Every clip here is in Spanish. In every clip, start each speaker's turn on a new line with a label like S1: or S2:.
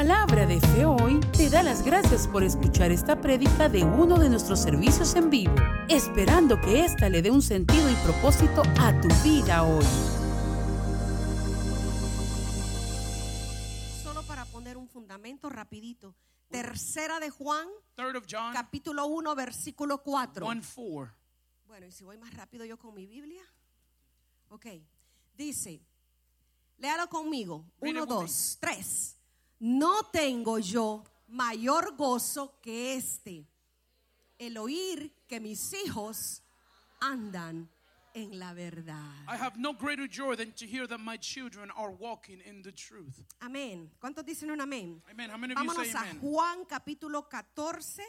S1: palabra de fe hoy te da las gracias por escuchar esta prédica de uno de nuestros servicios en vivo, esperando que ésta le dé un sentido y propósito a tu vida hoy.
S2: Solo para poner un fundamento rapidito. Tercera de Juan,
S3: Third of John,
S2: capítulo 1, versículo 4.
S3: 1 4.
S2: Bueno, y si voy más rápido yo con mi Biblia. Ok. Dice, léalo conmigo.
S3: Read it
S2: Uno,
S3: with me.
S2: dos, tres. No tengo yo mayor gozo que este, el oír que mis hijos andan en la verdad.
S3: I have no greater joy than to hear that my children are walking in the truth.
S2: Amén. ¿Cuántos dicen un amén?
S3: Amen. How many of you
S2: Vámonos
S3: say
S2: a
S3: amen?
S2: Juan capítulo 14,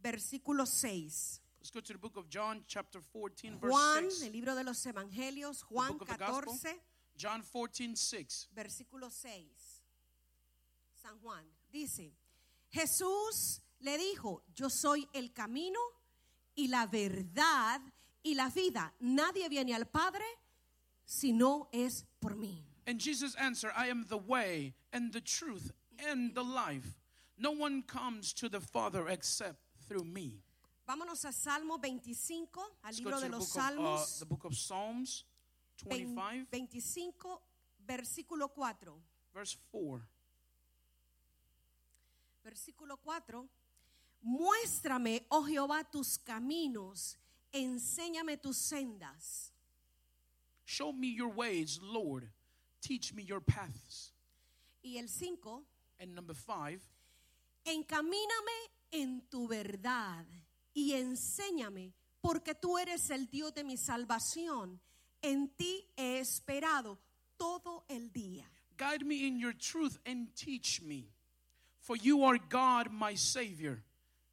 S2: versículo 6.
S3: Let's go to the book of John, chapter 14, verse
S2: Juan,
S3: 6.
S2: el libro de los evangelios,
S3: The
S2: Juan
S3: book of the Gospel,
S2: 14,
S3: John 14, 6.
S2: versículo 6. San Juan dice, Jesús le dijo, yo soy el camino y la verdad y la vida. Nadie viene al Padre si no es por mí.
S3: And Jesus answered, I am the way and the truth and the life. No one comes to the Father except through me.
S2: Vámonos a Salmo 25, al
S3: Let's go
S2: libro
S3: to
S2: de
S3: the
S2: los
S3: book, of, uh,
S2: Salmos
S3: the book of Psalms 25,
S2: 25, versículo 4.
S3: verse 4.
S2: Versículo 4. Muéstrame, oh Jehová, tus caminos, enséñame tus sendas.
S3: Show me your ways, Lord. Teach me your paths.
S2: Y el 5,
S3: And number 5,
S2: encamíname en tu verdad y enséñame, porque tú eres el Dios de mi salvación. En ti he esperado todo el día.
S3: Guide me in your truth and teach me. For you are God, my Savior,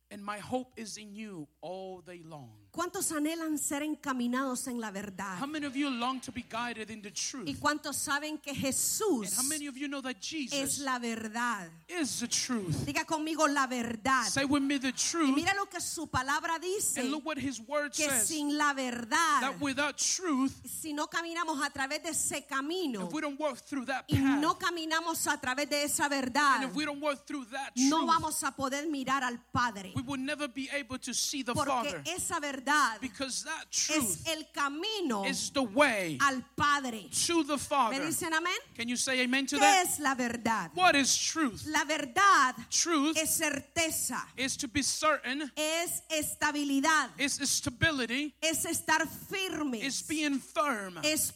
S3: and my hope is in you all day long.
S2: ¿Cuántos anhelan ser encaminados en la verdad?
S3: How many of you long to be guided in the
S2: ¿Y
S3: truth?
S2: cuántos saben que
S3: And
S2: Jesús
S3: how many of you know that
S2: es
S3: Jesus
S2: la verdad?
S3: is the truth?
S2: Diga conmigo la verdad.
S3: Say with me the truth,
S2: Mira lo que su palabra dice,
S3: and look what His Word
S2: que
S3: says
S2: sin la verdad,
S3: that without truth,
S2: si no caminamos a través de ese camino
S3: if we don't walk through that
S2: y
S3: path,
S2: no caminamos a través de esa
S3: and
S2: verdad,
S3: if we don't walk through that
S2: no
S3: truth,
S2: vamos a poder mirar al Padre,
S3: we will never be able to see the
S2: porque
S3: Father
S2: esa verdad
S3: because that
S2: es
S3: truth
S2: el camino
S3: is the way
S2: al Padre.
S3: to the
S2: ¿Me
S3: Father.
S2: dicen amén?
S3: Can you say amen to
S2: ¿Qué
S3: that?
S2: es la verdad?
S3: What is truth?
S2: La verdad
S3: Truth
S2: es certeza,
S3: is to be certain,
S2: es estabilidad,
S3: is stability,
S2: es estar
S3: is
S2: firmes,
S3: being firm,
S2: es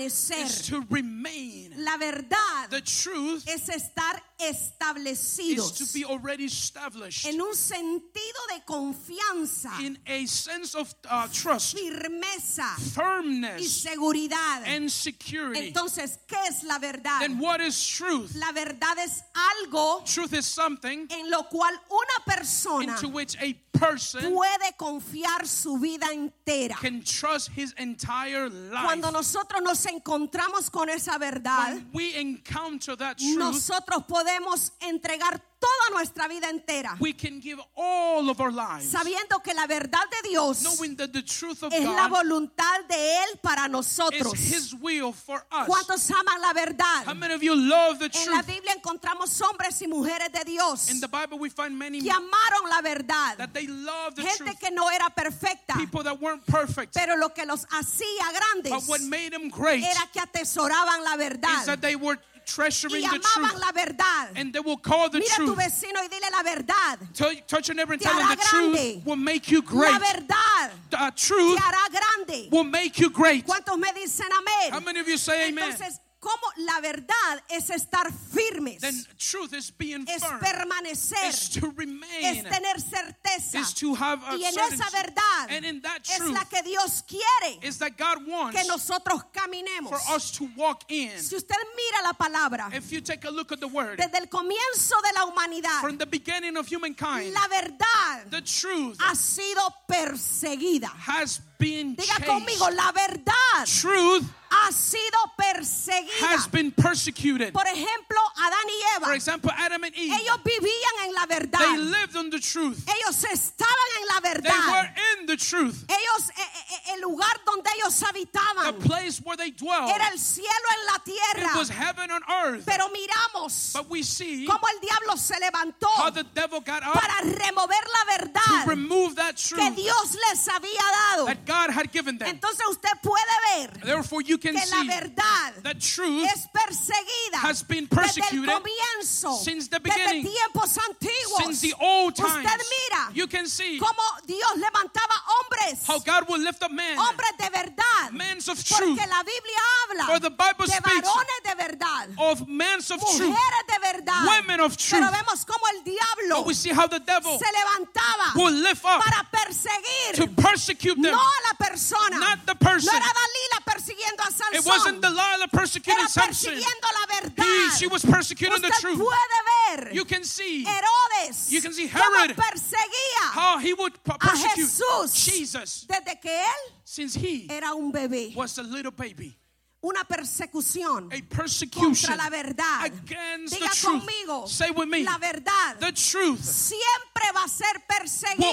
S3: is
S2: permanecer.
S3: to remain.
S2: La verdad
S3: The truth
S2: es estar
S3: is
S2: establecidos
S3: to be already established
S2: en un sentido de confianza,
S3: in a sense of uh, trust,
S2: firmeza y
S3: firmness,
S2: seguridad.
S3: and security.
S2: Entonces, ¿qué es la verdad?
S3: Then what is truth?
S2: La verdad es algo
S3: Truth is something
S2: en lo cual una persona
S3: into which a person
S2: puede confiar su vida entera.
S3: can trust his entire life.
S2: Cuando nosotros nos encontramos con esa verdad,
S3: When we encounter that truth,
S2: nosotros podemos entregar toda nuestra vida entera,
S3: we can give all of our lives.
S2: sabiendo que la verdad de Dios
S3: knowing that the truth of
S2: es la
S3: God
S2: voluntad de Él para nosotros.
S3: is His will for us.
S2: ¿Cuántos aman la verdad?
S3: How many of you love the
S2: En la
S3: truth?
S2: Biblia encontramos hombres y mujeres de Dios
S3: In the Bible, we find many
S2: que amaron la verdad.
S3: that they love the
S2: Gente
S3: truth.
S2: que no era perfecta,
S3: People that weren't perfect,
S2: pero lo que los hacía
S3: but
S2: grandes
S3: what made them great
S2: era que atesoraban la
S3: is
S2: verdad
S3: that they were treasuring
S2: y
S3: the
S2: amaban
S3: truth,
S2: la verdad.
S3: and they will call the
S2: Mira a tu
S3: truth.
S2: vecino y dile la verdad.
S3: Tell, touch and every
S2: Te
S3: time
S2: hará
S3: the
S2: grande.
S3: truth will make you great.
S2: La verdad
S3: The uh,
S2: te
S3: truth
S2: hará grande.
S3: will make you great.
S2: ¿Cuántos me dicen
S3: How
S2: amén?
S3: many of you say amen?
S2: Entonces, ¿cómo la verdad es estar firmes?
S3: Then truth is being
S2: es
S3: firm.
S2: permanecer,
S3: Is to remain.
S2: es tener certeza.
S3: Is to have a
S2: y en
S3: certainty.
S2: esa verdad
S3: And in that
S2: es
S3: truth
S2: la que Dios quiere
S3: is that God wants
S2: que nosotros caminemos.
S3: for us to walk in.
S2: Si usted mira la palabra,
S3: If you take a look at the word,
S2: desde el comienzo de la humanidad,
S3: from the beginning of humankind,
S2: la verdad
S3: the truth
S2: ha sido perseguida.
S3: has been
S2: Diga
S3: chased.
S2: conmigo, la verdad
S3: Truth
S2: ha sido perseguida.
S3: has been persecuted.
S2: Por ejemplo, Adán y Eva,
S3: For example, Adam and Eve,
S2: ellos vivían en la verdad.
S3: they lived on the truth.
S2: Ellos estaban en la
S3: They were
S2: verdad.
S3: in the truth.
S2: Ellos eh, eh, eh, el lugar donde ellos
S3: the
S2: habitaban.
S3: place where they dwell.
S2: Era el cielo en la
S3: It was
S2: tierra.
S3: heaven on earth.
S2: Pero miramos
S3: But we see
S2: cómo el diablo se levantó
S3: how the devil got up
S2: para remover la
S3: to
S2: verdad
S3: remove that
S2: que
S3: truth
S2: Dios les había dado.
S3: that God had given them.
S2: Entonces usted puede ver
S3: Therefore, you can
S2: que la
S3: see
S2: verdad
S3: that truth
S2: es perseguida
S3: has been
S2: desde el
S3: persecuted
S2: comienzo,
S3: since the
S2: desde
S3: beginning,
S2: tiempos antiguos.
S3: since the old times.
S2: Usted mira
S3: You can see
S2: cómo Dios levantaba hombres,
S3: how God will lift up men,
S2: hombres de verdad,
S3: men of truth,
S2: porque la Biblia habla
S3: For the Bible
S2: de
S3: speaks
S2: varones de verdad,
S3: of men of truth.
S2: mujeres de verdad.
S3: Women of truth.
S2: Pero vemos cómo el diablo
S3: But we see how the devil
S2: se levantaba
S3: will lift up
S2: para
S3: to
S2: perseguir
S3: persecute them.
S2: no a la persona,
S3: Not the person.
S2: no era Dalila persiguiendo a Sansón,
S3: It wasn't Delilah persecuting
S2: era
S3: Samson.
S2: persiguiendo la verdad.
S3: He, she was persecuting the
S2: Usted
S3: truth.
S2: puede ver
S3: You can see
S2: Herodes
S3: You can see
S2: cómo
S3: Herod.
S2: perseguía
S3: how he would p-
S2: a
S3: persecute
S2: Jesús.
S3: Jesus
S2: desde que él
S3: since he
S2: era un bebé.
S3: was a little baby.
S2: Una persecución
S3: A
S2: contra
S3: persecution
S2: la verdad.
S3: against
S2: Diga
S3: the truth.
S2: conmigo,
S3: Say with me,
S2: la verdad
S3: the truth
S2: siempre va a ser
S3: will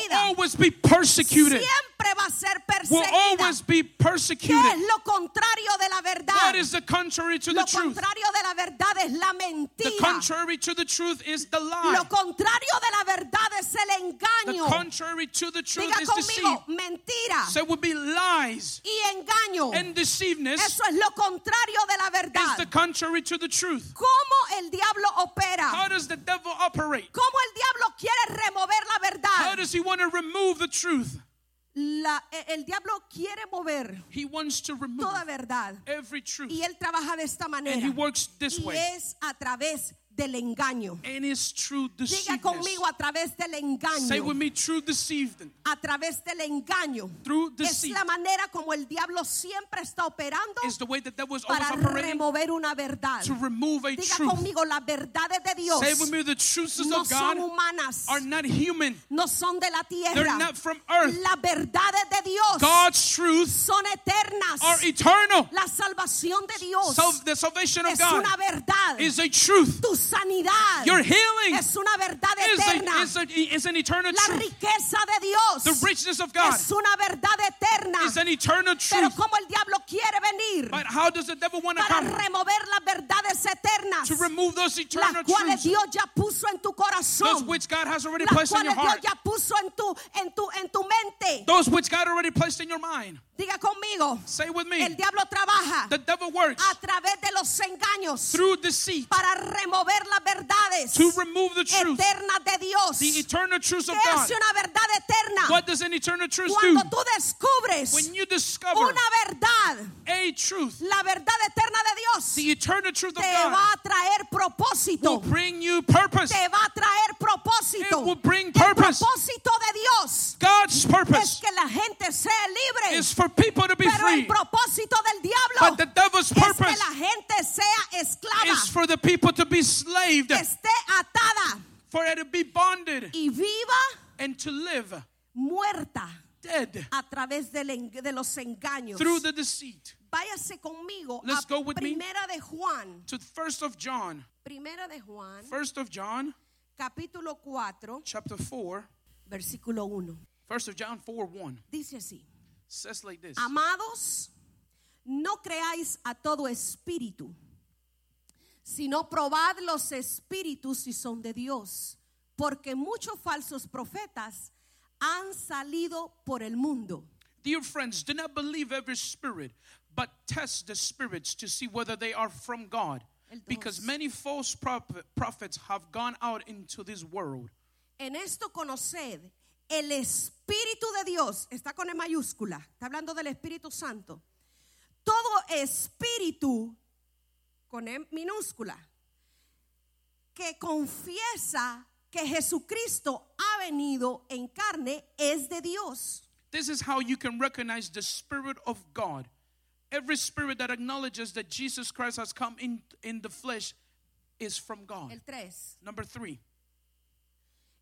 S2: perseguida.
S3: always be persecuted.
S2: Siempre va a ser
S3: Will
S2: perseguida.
S3: always be
S2: ¿Qué
S3: persecuted.
S2: es lo contrario de la verdad?
S3: What is the contrary to the
S2: Lo
S3: truth?
S2: contrario de la verdad es la
S3: The
S2: mentira.
S3: contrary to the truth is the lie.
S2: Lo contrario de la verdad es el
S3: The
S2: engaño.
S3: contrary to the truth
S2: Diga
S3: is deceit.
S2: conmigo, mentira
S3: So it would be lies
S2: y engaño.
S3: and deceiveness
S2: Eso es lo contrario de la
S3: is the
S2: verdad.
S3: contrary to the truth.
S2: ¿Cómo el diablo
S3: How
S2: opera?
S3: does the devil operate?
S2: ¿Cómo el diablo quiere remover la
S3: How
S2: verdad?
S3: does he want to remove the truth?
S2: La- e- el diablo quiere mover
S3: He wants to remove
S2: toda verdad
S3: every truth.
S2: y él trabaja de esta
S3: And
S2: manera
S3: he works this
S2: y
S3: way.
S2: es a través del engaño.
S3: And it's true
S2: Diga
S3: deceiving.
S2: conmigo a través del
S3: Say with
S2: engaño.
S3: me, true deceiving.
S2: A través del engaño.
S3: Through
S2: Es
S3: deceit
S2: la manera como el diablo siempre está operando
S3: is the way that devil is always
S2: para
S3: operating
S2: remover una verdad.
S3: to remove a
S2: Diga
S3: truth.
S2: conmigo, las verdades de Dios
S3: Say with me, the truths
S2: no
S3: of
S2: son
S3: God
S2: humanas,
S3: are not human.
S2: no son de la
S3: They're
S2: tierra.
S3: not from earth.
S2: Las verdades de Dios
S3: God's truths
S2: son eternas.
S3: are eternal.
S2: la salvación de Dios
S3: So the salvation of
S2: es una
S3: God
S2: verdad.
S3: is a truth.
S2: tu sanidad
S3: Your healing
S2: es una verdad
S3: is,
S2: eterna.
S3: a, is, a, is an eternal
S2: la
S3: truth.
S2: riqueza de Dios
S3: The richness of God
S2: es una verdad eterna.
S3: is an eternal
S2: Pero
S3: truth.
S2: como el diablo quiere venir
S3: But how does the devil want to
S2: para
S3: come
S2: remover las verdades eternas,
S3: to remove those
S2: las
S3: eternal
S2: cuales
S3: truths,
S2: Dios ya puso en tu
S3: those
S2: corazón,
S3: which God has already
S2: las
S3: placed in your
S2: cuales Dios
S3: heart,
S2: ya puso en tu en tu en tu mente.
S3: those which God already placed in your mind?
S2: Diga conmigo,
S3: Say with
S2: el Ah,
S3: me,
S2: diablo trabaja
S3: the devil works
S2: a través de los engaños
S3: through deceit
S2: para remover las verdades
S3: to remove the truth,
S2: eternas de Dios.
S3: the eternal truths of
S2: ¿Qué
S3: God.
S2: hace una verdad eterna?
S3: What does an eternal truth do?
S2: Cuando tú descubres
S3: When you discover
S2: una verdad,
S3: a truth,
S2: la verdad eterna de Dios,
S3: the eternal truth of
S2: te va
S3: God
S2: a traer
S3: will
S2: propósito.
S3: bring you purpose.
S2: Te va a traer propósito.
S3: It will bring
S2: El
S3: purpose.
S2: propósito de Dios
S3: God's
S2: es
S3: purpose
S2: que la gente sea libre.
S3: is for people to be
S2: pero el
S3: free.
S2: propósito del
S3: But
S2: diablo
S3: the devil's
S2: es que
S3: purpose
S2: la gente sea esclava,
S3: is for the people to be slaved,
S2: esté atada
S3: for it to be bonded,
S2: y viva
S3: and to live
S2: muerta
S3: dead
S2: a través del en- de los engaños.
S3: through the deceit.
S2: Váyase conmigo
S3: Let's
S2: a
S3: go with me.
S2: Primera de Juan,
S3: To first of John,
S2: Primera de Juan,
S3: first of John,
S2: capítulo 4,
S3: chapter 4,
S2: versículo 1.
S3: first of John 4 1
S2: Dice así:
S3: says like this.
S2: Amados, no creáis a todo espíritu, sino probad los espíritus si son de Dios, porque muchos falsos profetas han salido por el mundo.
S3: Dear friends, do not believe every spirit, but test the spirits to see whether they are from God.
S2: El dos.
S3: Because many false prophet, prophets have gone out into this world.
S2: En esto conoced el Espíritu de Dios, está con E mayúscula, está hablando del Espíritu Santo. Todo espíritu, con E minúscula, que confiesa que Jesucristo ha venido en carne, es de Dios.
S3: This is how you can recognize the Spirit of God. Every spirit that acknowledges that Jesus Christ has come in, in the flesh is from God.
S2: El 3.
S3: Number three,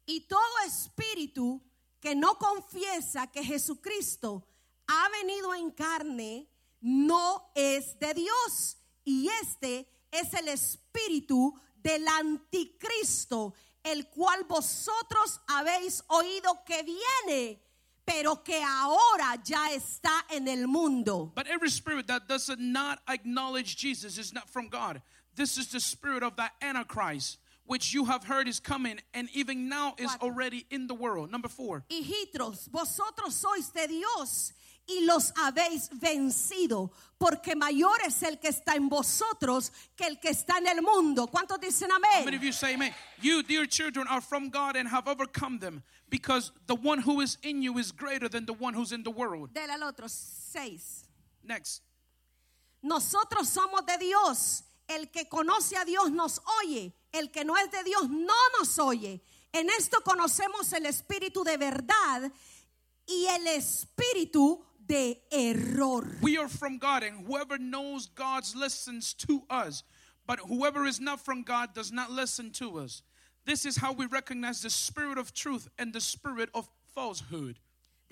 S2: Y todo espíritu que no confiesa que Jesucristo ha venido en carne no es de Dios. Y este es el espíritu del anticristo, el cual vosotros habéis oído que viene, pero que ahora ya está en el mundo.
S3: But every spirit that does not acknowledge Jesus is not from God. This is the spirit of the Antichrist, which you have heard is coming and even now is
S2: Cuatro.
S3: already in the world. Number four.
S2: Hijitos, vosotros sois de Dios y los habéis vencido, porque mayor es el que está en vosotros que el que está en el mundo. ¿Cuántos dicen
S3: How many of
S2: amén?
S3: you say amen? You, dear children, are from God and have overcome them because the one who is in you is greater than the one who's in the world.
S2: Del al otro, seis.
S3: Next.
S2: Nosotros somos de Dios. El que conoce a Dios nos oye. El que no es de Dios no nos oye. En esto conocemos el espíritu de verdad y el espíritu de error.
S3: We are from God, and whoever knows God's listens to us. But whoever is not from God does not listen to us. This is how we recognize the spirit of truth and the spirit of falsehood.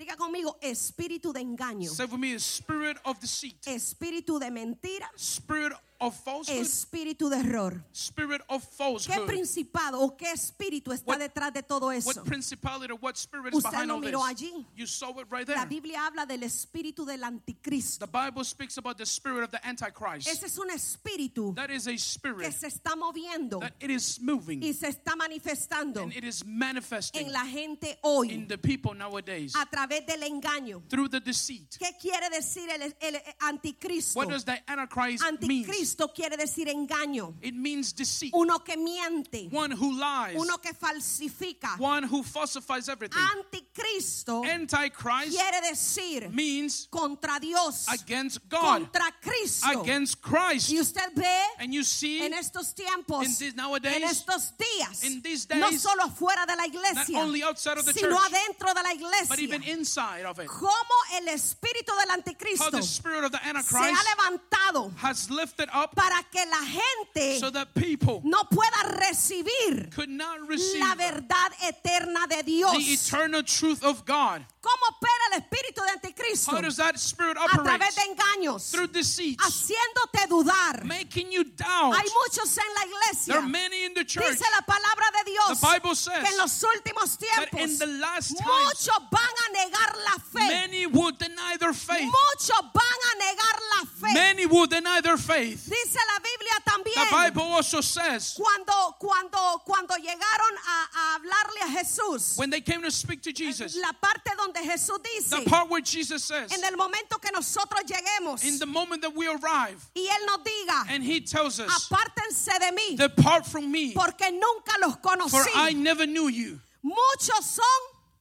S2: Diga conmigo, espíritu de engaño,
S3: Say for me, is spirit of deceit,
S2: espíritu de mentira,
S3: spirit of falsehood,
S2: espíritu de error.
S3: spirit of
S2: ¿Qué
S3: falsehood.
S2: principado o qué espíritu está
S3: What-
S2: detrás de todo eso?
S3: What principality or what spirit is
S2: Usted
S3: behind
S2: lo
S3: all
S2: miró
S3: this?
S2: allí.
S3: You saw it right
S2: La
S3: there.
S2: Biblia habla del espíritu del anticristo.
S3: The Bible speaks about the spirit of the Antichrist.
S2: Ese es un espíritu
S3: That is a
S2: que
S3: spirit
S2: se está moviendo
S3: that it is moving
S2: y se está manifestando
S3: and it is manifesting
S2: en la gente
S3: in
S2: hoy
S3: the people nowadays
S2: a través del engaño.
S3: through the deceit.
S2: ¿Qué quiere decir el, el- el anticristo?
S3: What does the Antichrist mean?
S2: Anticristo quiere decir engaño,
S3: It means deceit.
S2: uno que miente,
S3: One who lies.
S2: uno que falsifica.
S3: One who falsifies everything.
S2: Anticristo
S3: Antichrist
S2: quiere decir
S3: means
S2: contra Dios,
S3: against God,
S2: contra Cristo.
S3: against Christ.
S2: Y usted ve
S3: And you see,
S2: en estos tiempos,
S3: in these nowadays,
S2: en estos días,
S3: in these
S2: no
S3: days,
S2: solo fuera de la iglesia,
S3: only outside of the
S2: sino
S3: church,
S2: adentro de la
S3: but even
S2: iglesia,
S3: inside of it,
S2: como el espíritu del
S3: how
S2: anticristo
S3: the spirit of the
S2: se ha
S3: Antichrist
S2: levantado
S3: has lifted up
S2: para que la gente
S3: so that people
S2: no pueda recibir
S3: could not receive
S2: la
S3: the
S2: verdad eterna de Dios.
S3: eternal truth of God.
S2: ¿Cómo opera el espíritu de anticristo?
S3: How does that spirit
S2: a
S3: operate?
S2: través de engaños,
S3: Through deceit,
S2: haciéndote dudar.
S3: making you doubt.
S2: Hay muchos en la
S3: There
S2: iglesia.
S3: are many in the church
S2: Dice la palabra de Dios
S3: The Bible says
S2: que en los últimos
S3: that
S2: tiempos
S3: in the last times,
S2: muchos van a negar la fe.
S3: many will deny their faith.
S2: Muchos van a negar la fe.
S3: Many will deny their faith.
S2: Dice la Biblia
S3: The
S2: también
S3: Bible also says
S2: cuando cuando cuando llegaron a, a hablarle a Jesús,
S3: when they came to speak to Jesus,
S2: la parte donde Jesús dice
S3: the part where Jesus says,
S2: en el momento que nosotros lleguemos
S3: in the moment that we arrive,
S2: y él nos diga
S3: and he tells us,
S2: apártense de mí
S3: Depart from me,
S2: porque nunca los conocí.
S3: for I never knew you.
S2: Muchos son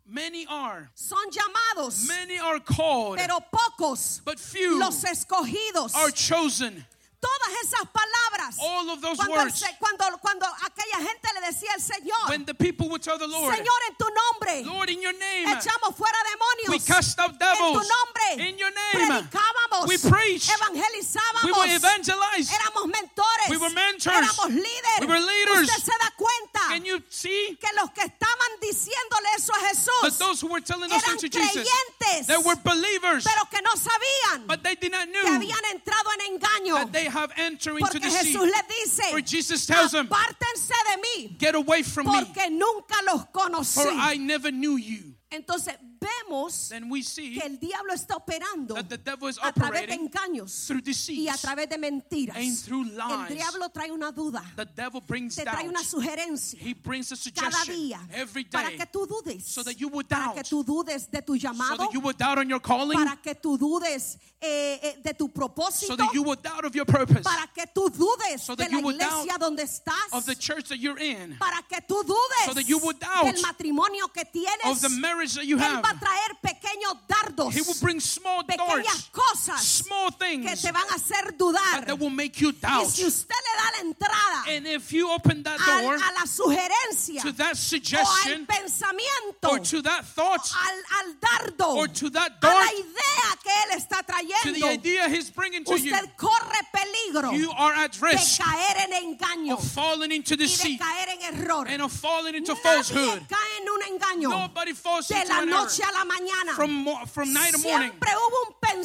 S3: Many are,
S2: son llamados,
S3: many are called,
S2: pero pocos
S3: but few
S2: los escogidos.
S3: are chosen.
S2: Todas esas palabras.
S3: All of those
S2: Cuando, el
S3: words,
S2: se- cuando, cuando aquella gente le decía al Señor,
S3: when the people would tell the Lord,
S2: Señor, en tu nombre
S3: Lord, in your name,
S2: echamos fuera demonios.
S3: we cast out
S2: en tu
S3: devils.
S2: nombre
S3: In your name,
S2: predicábamos,
S3: we preached.
S2: evangelizábamos,
S3: we will evangelize.
S2: éramos mentores,
S3: We were mentors.
S2: éramos líderes.
S3: We were leaders.
S2: Usted se da cuenta
S3: Can you see?
S2: que los que estaban diciéndole eso a
S3: But
S2: Jesús
S3: those who were telling us
S2: eran
S3: into Jesus,
S2: creyentes,
S3: they were believers,
S2: pero que no sabían
S3: but they did not
S2: que
S3: know
S2: habían entrado en engaño.
S3: that they have entered into
S2: Porque
S3: the
S2: Jesús
S3: sea.
S2: les dice,
S3: For Jesus tells them,
S2: apártense de mí,
S3: Get away from me,
S2: porque nunca los conocí.
S3: for I never knew you.
S2: Entonces vemos
S3: Then we see
S2: que el diablo está operando
S3: that the devil is
S2: a través de
S3: operating
S2: engaños
S3: through
S2: y a
S3: deceit.
S2: través de mentiras.
S3: and through
S2: El
S3: lies.
S2: diablo trae una duda,
S3: The devil brings
S2: te trae
S3: doubt.
S2: una sugerencia
S3: He brings a
S2: cada
S3: suggestion
S2: día
S3: every
S2: para
S3: day
S2: que tú dudes,
S3: so that you will
S2: para
S3: doubt,
S2: que tú dudes de tu
S3: so
S2: llamado,
S3: that you will doubt on your calling,
S2: para que tú dudes eh, eh, de tu
S3: so
S2: propósito,
S3: that you will doubt of your purpose,
S2: para que tú dudes
S3: So
S2: de
S3: that
S2: la
S3: you will
S2: iglesia
S3: doubt
S2: donde estás,
S3: of the church that you're in,
S2: para que tú dudes
S3: So that you will doubt
S2: del matrimonio que tienes.
S3: of the marriage that you
S2: Él
S3: have.
S2: va a traer pequeños dardos,
S3: He will bring small
S2: pequeñas
S3: darts,
S2: cosas
S3: small
S2: que
S3: things
S2: te
S3: that
S2: van a hacer dudar.
S3: that will make you
S2: Y
S3: doubt.
S2: si usted le da la entrada
S3: And if you open that
S2: al- oh,
S3: door
S2: a la sugerencia
S3: to that
S2: o al
S3: suggestion
S2: pensamiento
S3: or to that thought
S2: al, al dardo
S3: or to that
S2: a
S3: dart
S2: la idea que él está
S3: to
S2: trayendo
S3: the idea he's bringing to you,
S2: usted corre peligro
S3: you are at
S2: de
S3: risk
S2: caer en engaño
S3: of falling into
S2: y de
S3: deceit
S2: caer en error
S3: and of falling into falsehood.
S2: nadie cae en un engaño
S3: Nobody falls
S2: de
S3: into
S2: la
S3: an error.
S2: noche a la mañana
S3: From, mo- from night to morning,
S2: siempre hubo un
S3: there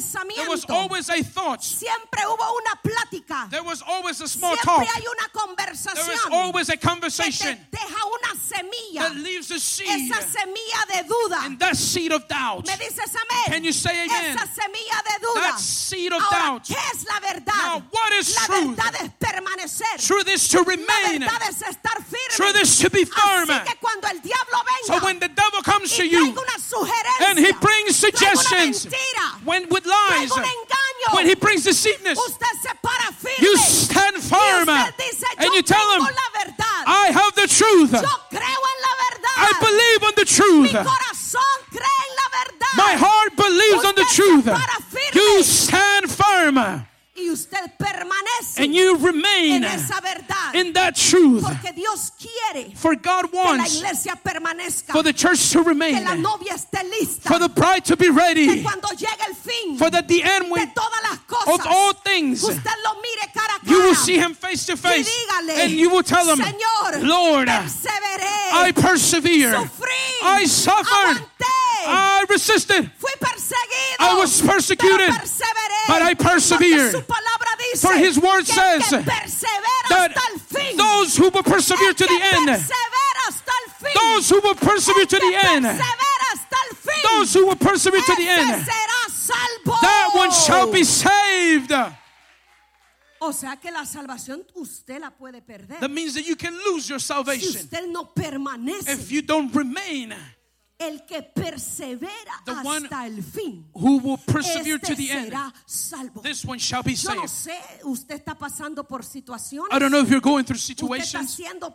S3: was
S2: pensamiento
S3: always a thought.
S2: siempre hubo una plática
S3: There was always a small
S2: siempre
S3: talk.
S2: hay una
S3: There was
S2: conversación
S3: always a
S2: que te
S3: conversation
S2: deja una semilla,
S3: that leaves a seed
S2: esa semilla de duda.
S3: and that seed of doubt.
S2: ¿Me dices amén?
S3: Can you say amen?
S2: Esa semilla de duda.
S3: That seed of
S2: Ahora,
S3: doubt.
S2: ¿qué es la verdad?
S3: Now, what is
S2: la
S3: truth?
S2: verdad es permanecer.
S3: Truth is to
S2: la
S3: remain.
S2: verdad es estar firme.
S3: Truth is to be firm.
S2: Así que cuando el diablo
S3: So
S2: venga
S3: when the devil comes to
S2: y
S3: you
S2: traiga una sugerencia,
S3: and he brings suggestions,
S2: traiga una mentira,
S3: when with lies,
S2: traiga un engaño,
S3: when he brings deceitness,
S2: usted se para firme.
S3: you stand
S2: y
S3: firm
S2: usted dice,
S3: and
S2: yo
S3: you tell him,
S2: tengo la verdad.
S3: I have the truth.
S2: yo creo en la verdad.
S3: I believe on
S2: Mi
S3: the truth.
S2: corazón cree en la verdad.
S3: My heart believes on the truth.
S2: Usted se para firme.
S3: You stand firm
S2: y usted permanece
S3: and you
S2: en
S3: remain
S2: esa verdad.
S3: in that truth.
S2: porque Dios quiere
S3: For God
S2: que la
S3: wants
S2: iglesia permanezca.
S3: for the church to
S2: que la
S3: remain,
S2: novia esté lista.
S3: for the bride to be
S2: que
S3: ready,
S2: cuando llegue el fin
S3: for that the end
S2: de
S3: when
S2: todas las cosas,
S3: of all things
S2: usted lo mire cara a cara.
S3: you will see him face to
S2: y
S3: face
S2: dígale,
S3: and you will tell him,
S2: Señor,
S3: Lord,
S2: perseveré,
S3: I persevere,
S2: sufrí,
S3: I suffered,
S2: aguanté,
S3: I resisted,
S2: fui perseguido,
S3: I was persecuted,
S2: pero perseveré,
S3: but I persevered.
S2: Porque su palabra dice
S3: For his word
S2: que el
S3: says
S2: que persevera
S3: that
S2: hasta el fin,
S3: those who will persevere
S2: el
S3: to
S2: que
S3: the end,
S2: persevera hasta el fin,
S3: those who will persevere
S2: el que
S3: to the end,
S2: persevera hasta el fin,
S3: those who will persevere to the
S2: ese
S3: end,
S2: será salvo.
S3: that one
S2: Oh.
S3: shall be saved. That
S2: O sea que la salvación usted la puede perder.
S3: means that you can lose your
S2: si
S3: salvation
S2: usted no permanece,
S3: if you don't remain.
S2: el que persevera
S3: The one
S2: hasta el fin,
S3: Who will persevere
S2: este
S3: to the end,
S2: será salvo.
S3: this one shall be
S2: Yo no
S3: saved.
S2: sé, usted está pasando por situaciones.
S3: I don't know if you're going through
S2: usted está
S3: situations,
S2: siendo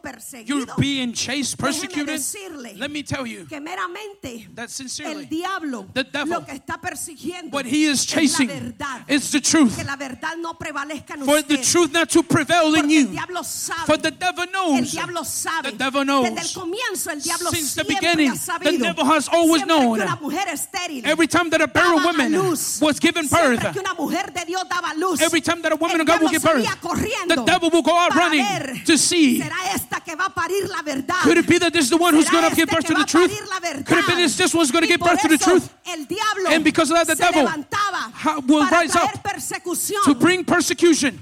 S3: you're
S2: perseguido.
S3: being chased, persecuted.
S2: decirle
S3: Let me tell you
S2: que meramente
S3: that
S2: el
S3: sincerely,
S2: diablo
S3: the devil,
S2: lo que está persiguiendo
S3: what he is chasing
S2: es la verdad.
S3: is the
S2: que
S3: truth.
S2: la verdad no prevalezca en
S3: For
S2: usted.
S3: the truth not to prevail in
S2: porque el
S3: you.
S2: diablo sabe.
S3: For the devil
S2: El
S3: knows.
S2: diablo sabe.
S3: The devil knows.
S2: Desde el comienzo el diablo
S3: Since the
S2: siempre
S3: beginning,
S2: ha
S3: the
S2: sabido.
S3: devil has always
S2: Siempre
S3: known.
S2: que una mujer estéril
S3: Every time that a barren
S2: daba a
S3: woman
S2: luz,
S3: was given
S2: siempre
S3: birth,
S2: que una mujer de Dios daba luz,
S3: every time that a woman
S2: el
S3: of God will give
S2: diablo
S3: birth,
S2: salía corriendo
S3: the devil will go out
S2: para
S3: running
S2: ver,
S3: to see.
S2: ¿Será esta que va a parir la verdad?
S3: Could it be that this is the one who's
S2: ¿Será
S3: going to give
S2: este
S3: birth
S2: que
S3: to
S2: va
S3: the
S2: a
S3: truth?
S2: parir la verdad?
S3: Could it be this, this one's going to
S2: Y
S3: give
S2: por
S3: birth to the
S2: eso,
S3: truth?
S2: El diablo
S3: And because of that, the
S2: se
S3: devil
S2: levantaba
S3: ha- will
S2: para
S3: rise up
S2: traer persecución
S3: To bring persecution.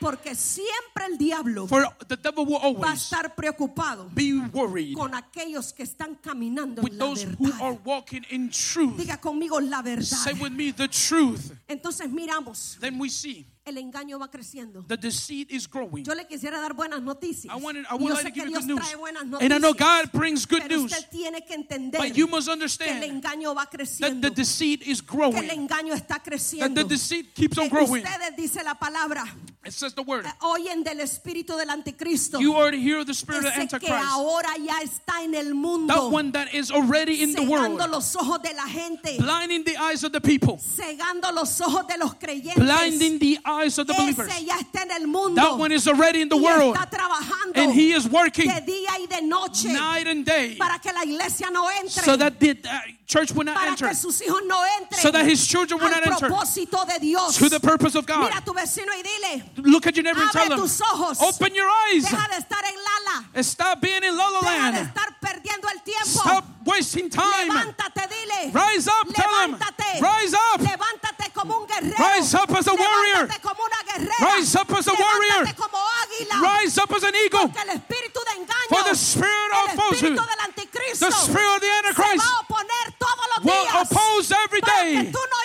S2: porque siempre el diablo
S3: For the devil will
S2: va a
S3: always
S2: estar preocupado
S3: be worried
S2: con aquellos que están caminando
S3: with
S2: en la
S3: those who are
S2: verdad.
S3: walking in truth.
S2: Diga conmigo la verdad.
S3: Say with me the truth.
S2: Entonces miramos,
S3: Then we see
S2: el engaño va creciendo.
S3: the deceit is growing.
S2: Yo le quisiera dar buenas noticias.
S3: I want to, I
S2: Y
S3: would
S2: Yo
S3: like to
S2: sé que
S3: give you
S2: Dios
S3: good news.
S2: trae buenas
S3: And I know
S2: noticias.
S3: God brings good
S2: Pero
S3: news.
S2: usted tiene que entender
S3: But you must
S2: que el
S3: understand
S2: engaño va
S3: that
S2: creciendo.
S3: the deceit is
S2: que el
S3: growing.
S2: engaño está
S3: That
S2: creciendo.
S3: the deceit keeps on
S2: Que
S3: growing.
S2: Ustedes dice la palabra,
S3: It says the word.
S2: eh, oyen del espíritu del anticristo.
S3: You already hear the spirit of
S2: ese que
S3: Antichrist.
S2: ahora ya está en el
S3: That
S2: mundo.
S3: one that is already in the world.
S2: cegando los ojos de la gente,
S3: Blinding the eyes of the people.
S2: cegando los ojos de los creyentes.
S3: Blinding the eyes of the believers.
S2: Ese ya está en el mundo.
S3: That one is already in the
S2: y
S3: world.
S2: está trabajando
S3: And he is working
S2: de día y de noche
S3: night and day.
S2: para que la iglesia no entre,
S3: So that the uh, church will not
S2: para
S3: enter.
S2: que sus hijos no entren
S3: So that his children will
S2: al
S3: not enter.
S2: propósito de Dios.
S3: To the purpose of God.
S2: Mira a tu vecino y dile,
S3: Look at your neighbor and
S2: Abre
S3: tell them,
S2: tus ojos.
S3: open your eyes
S2: deja de estar en Lala,
S3: and stop being in
S2: deja de
S3: Lololand.
S2: estar perdiendo el tiempo.
S3: Stop wasting time.
S2: Levántate, dile.
S3: Rise up, tell him.
S2: Levántate.
S3: Rise up.
S2: Levántate como un guerrero.
S3: Rise up as a warrior.
S2: Levántate como una guerrera.
S3: Rise up as a warrior.
S2: Levántate como águila.
S3: Rise up as an eagle.
S2: Porque el espíritu de engaño.
S3: For the spirit
S2: el
S3: of falsehood,
S2: espíritu del anticristo.
S3: the spirit of the
S2: se va
S3: Antichrist,
S2: a oponer todos los
S3: will
S2: días.
S3: oppose every
S2: para que
S3: day
S2: tú no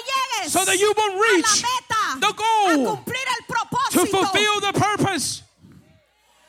S2: llegues
S3: so that you won't reach
S2: a la meta.
S3: the goal
S2: A cumplir el
S3: to
S2: propósito.
S3: fulfill the purpose.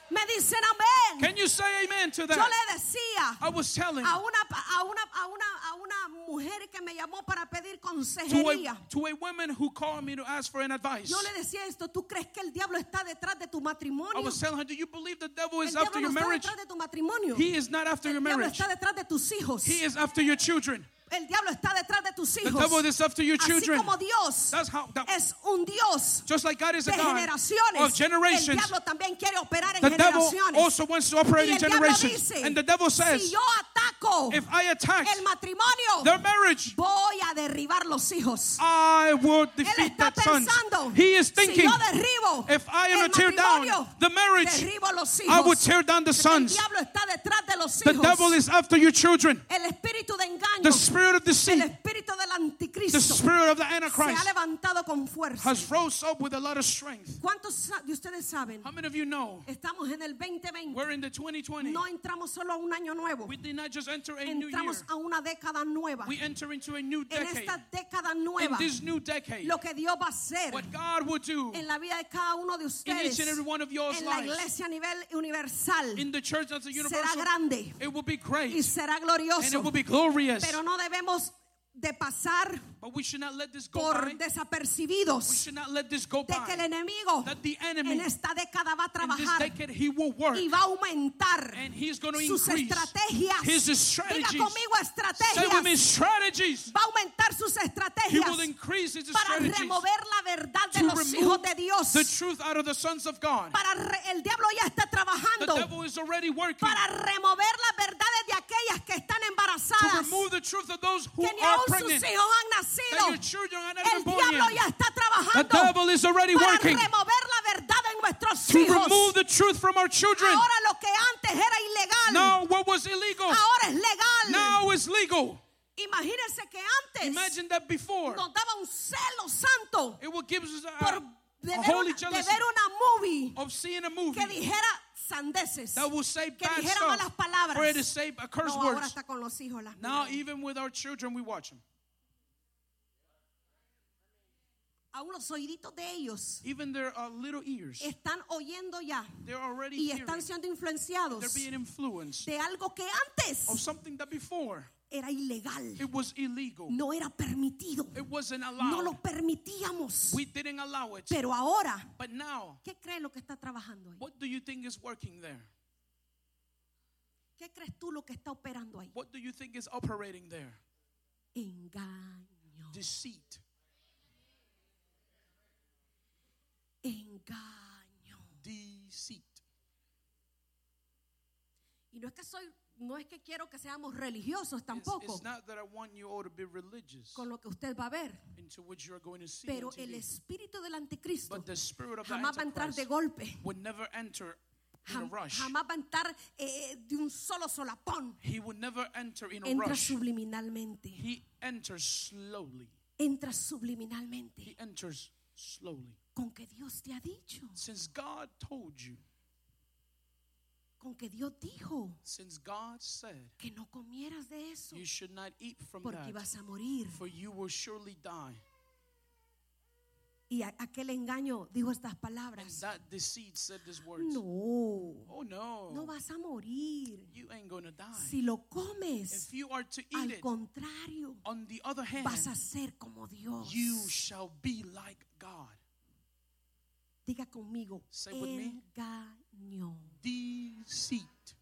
S2: Me dicen amén.
S3: Can you say amen to
S2: Yo
S3: that?
S2: le decía.
S3: I was telling
S2: a
S3: to
S2: una, a, una, a, una, a una mujer que me llamó para pedir
S3: a,
S2: consejería.
S3: to a woman who called me to ask for an advice.
S2: Yo le decía esto, ¿tú crees que el diablo está detrás de tu
S3: I
S2: matrimonio?
S3: was telling her, do you believe the devil
S2: el
S3: is after
S2: diablo
S3: your
S2: no está
S3: marriage?
S2: detrás de tu matrimonio.
S3: He is not after
S2: el
S3: your
S2: diablo
S3: marriage.
S2: está detrás de tus hijos.
S3: He is after your children.
S2: el diablo está detrás de tus
S3: The
S2: hijos.
S3: devil is after your children.
S2: Así como Dios
S3: That's how- that-
S2: es un Dios
S3: Just like God is
S2: de
S3: a God
S2: generaciones,
S3: of
S2: el
S3: generations,
S2: diablo también quiere operar en
S3: the devil
S2: generaciones.
S3: also wants to operate
S2: y
S3: in
S2: el diablo
S3: generations.
S2: dice,
S3: And the devil
S2: si
S3: says,
S2: yo ataco
S3: if I attack
S2: el matrimonio,
S3: their marriage,
S2: voy a derribar los hijos.
S3: I will
S2: Él
S3: defeat
S2: está
S3: that son.
S2: pensando,
S3: He is
S2: si
S3: thinking,
S2: yo derribo
S3: if I am
S2: el
S3: to tear down
S2: matrimonio,
S3: the marriage,
S2: derribo los hijos.
S3: I will tear down the
S2: el
S3: sons.
S2: diablo está detrás de los
S3: The
S2: hijos.
S3: devil is after your children.
S2: el espíritu de engaño,
S3: The spirit of
S2: el
S3: deceit,
S2: espíritu espíritu del
S3: The
S2: anticristo
S3: spirit of the
S2: se ha
S3: Antichrist
S2: levantado con fuerza.
S3: has rose up with a lot of strength.
S2: ¿Cuántos sa- de ustedes saben?
S3: How many of you know
S2: Estamos en el 2020.
S3: we're in the 2020?
S2: No entramos solo a un año nuevo.
S3: We did not just enter a new year.
S2: Entramos a una década nueva.
S3: We enter into a new
S2: En
S3: decade.
S2: esta década
S3: In
S2: nueva,
S3: this new decade,
S2: lo que Dios va a hacer
S3: what God will do
S2: en la vida de cada uno de
S3: in
S2: ustedes,
S3: each and every
S2: en
S3: one of yours
S2: la
S3: lives,
S2: iglesia a nivel universal,
S3: in the church that's a
S2: será
S3: universal,
S2: grande
S3: it will be
S2: y
S3: great
S2: será
S3: and it
S2: glorioso.
S3: will be glorious.
S2: Pero no debemos de pasar
S3: But we should not let this go by.
S2: por
S3: We
S2: desapercibidos
S3: should not let this go
S2: de que el
S3: by.
S2: enemigo
S3: That the enemy
S2: en esta década va a
S3: In this
S2: trabajar
S3: decade, he will work
S2: y va a aumentar
S3: and he's going to
S2: sus
S3: increase
S2: estrategias.
S3: his
S2: Diga
S3: strategies.
S2: conmigo
S3: Say with me,
S2: estrategias.
S3: strategies.
S2: Va a aumentar sus
S3: He will
S2: estrategias
S3: increase his
S2: para
S3: strategies
S2: remover la verdad de
S3: to
S2: los
S3: remove
S2: hijos de Dios.
S3: the truth out of the sons of God.
S2: Para re- el diablo ya está
S3: The
S2: trabajando
S3: devil is already working
S2: para remover las verdades de aquellas que están
S3: to
S2: embarazadas,
S3: remove the truth of those who
S2: que ni aún
S3: are
S2: sus hijos
S3: pregnant. That
S2: han
S3: your
S2: nacido.
S3: children are not
S2: El
S3: even born
S2: diablo ya
S3: yet.
S2: está
S3: The
S2: trabajando
S3: devil is already
S2: para
S3: working
S2: remover la verdad en nuestros
S3: to
S2: hijos.
S3: remove the truth from our children.
S2: Ahora lo que antes era ilegal,
S3: Now, what was illegal
S2: ahora es legal.
S3: now is legal.
S2: Imagínense que antes
S3: Imagine that before
S2: nos daba un celo santo
S3: it will give us a,
S2: por de
S3: a
S2: ver,
S3: holy
S2: una, de
S3: jealousy
S2: ver una movie
S3: of seeing a movie
S2: que dijera sandeces.
S3: that will say
S2: que
S3: bad
S2: dijera malas
S3: stuff
S2: palabras.
S3: for it to say uh, curse
S2: No, ahora
S3: words.
S2: está con los hijos. las
S3: Now,
S2: miran.
S3: even with our children, we watch them.
S2: Aún los oíditos de ellos
S3: Even their uh, little ears,
S2: están oyendo ya
S3: they're already
S2: y
S3: hearing.
S2: están siendo
S3: They're
S2: influenciados
S3: being influenced
S2: de algo que
S3: of
S2: antes
S3: something that before
S2: era ilegal,
S3: it was illegal.
S2: no era permitido,
S3: It wasn't
S2: no
S3: allowed.
S2: lo permitíamos.
S3: We didn't allow it.
S2: Pero ahora,
S3: But now,
S2: ¿qué crees lo que está trabajando ahí?
S3: what do you think is working there?
S2: ¿Qué crees tú lo que está operando ahí?
S3: What do you think is operating there?
S2: Engaño,
S3: Deceit,
S2: engaño.
S3: deceit.
S2: Y no es que soy, no es que quiero que seamos religiosos
S3: It's,
S2: tampoco
S3: it's not that I want you all to be religious
S2: con lo que usted va a ver,
S3: into what you are going to see.
S2: pero
S3: on
S2: el
S3: TV.
S2: espíritu del anticristo
S3: but the spirit of the
S2: jamás va a entrar
S3: Antichrist
S2: de golpe,
S3: would never enter in a
S2: jam-
S3: rush.
S2: jamás va a entrar eh, de un solo solapón.
S3: He would never enter in a
S2: Entra
S3: rush.
S2: subliminalmente,
S3: He enters slowly.
S2: entra
S3: He
S2: subliminalmente
S3: enters slowly.
S2: con que Dios te ha dicho,
S3: Since God told you,
S2: con que Dios dijo
S3: since God said,
S2: que no comieras de eso
S3: you should not eat from
S2: porque
S3: that,
S2: vas a morir.
S3: for you will surely die.
S2: Y a- aquel engaño dijo estas
S3: And
S2: palabras.
S3: that deceit said these words.
S2: No,
S3: Oh no.
S2: no vas a morir
S3: You ain't gonna die.
S2: si lo comes.
S3: if you are to eat
S2: Al
S3: it,
S2: contrario,
S3: on the other hand,
S2: vas a ser como Dios.
S3: you shall be like God.
S2: Diga conmigo,
S3: Say with me.
S2: engaño.
S3: Deceit.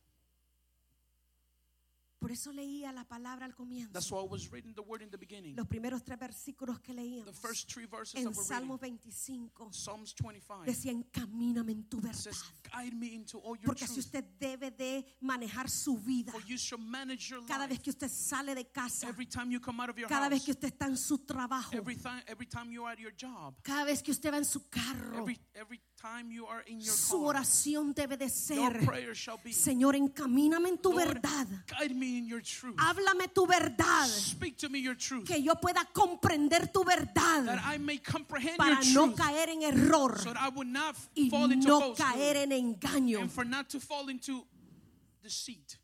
S2: Por eso leía la palabra al
S3: That's
S2: comienzo.
S3: why I was reading the word in the beginning.
S2: Los primeros tres versículos que
S3: The
S2: leíamos
S3: first three verses
S2: en
S3: that we're reading.
S2: Salmo 25
S3: Psalms 25
S2: decía, encamíname en tu verdad.
S3: says, Guide me into all your
S2: Porque si
S3: truth.
S2: usted debe de manejar su vida,
S3: For you shall manage your
S2: cada vez
S3: life
S2: que usted sale de casa,
S3: every time you come out of your
S2: cada
S3: house,
S2: vez que usted está en su trabajo,
S3: every, time, every time you are at your job,
S2: cada vez que usted va en su carro,
S3: every, every time you are in your
S2: su
S3: car,
S2: oración debe de
S3: your
S2: ser,
S3: prayer shall be,
S2: Señor, encamíname en tu
S3: Lord, mm.
S2: verdad.
S3: guide me in your truth.
S2: Háblame tu verdad,
S3: Speak to me your truth.
S2: que yo pueda comprender tu
S3: That
S2: verdad
S3: I may comprehend your
S2: para no
S3: truth.
S2: caer en error
S3: So that I will not
S2: y
S3: fall into
S2: no
S3: falsehood,
S2: caer en engaño.
S3: And for not to fall into deceit.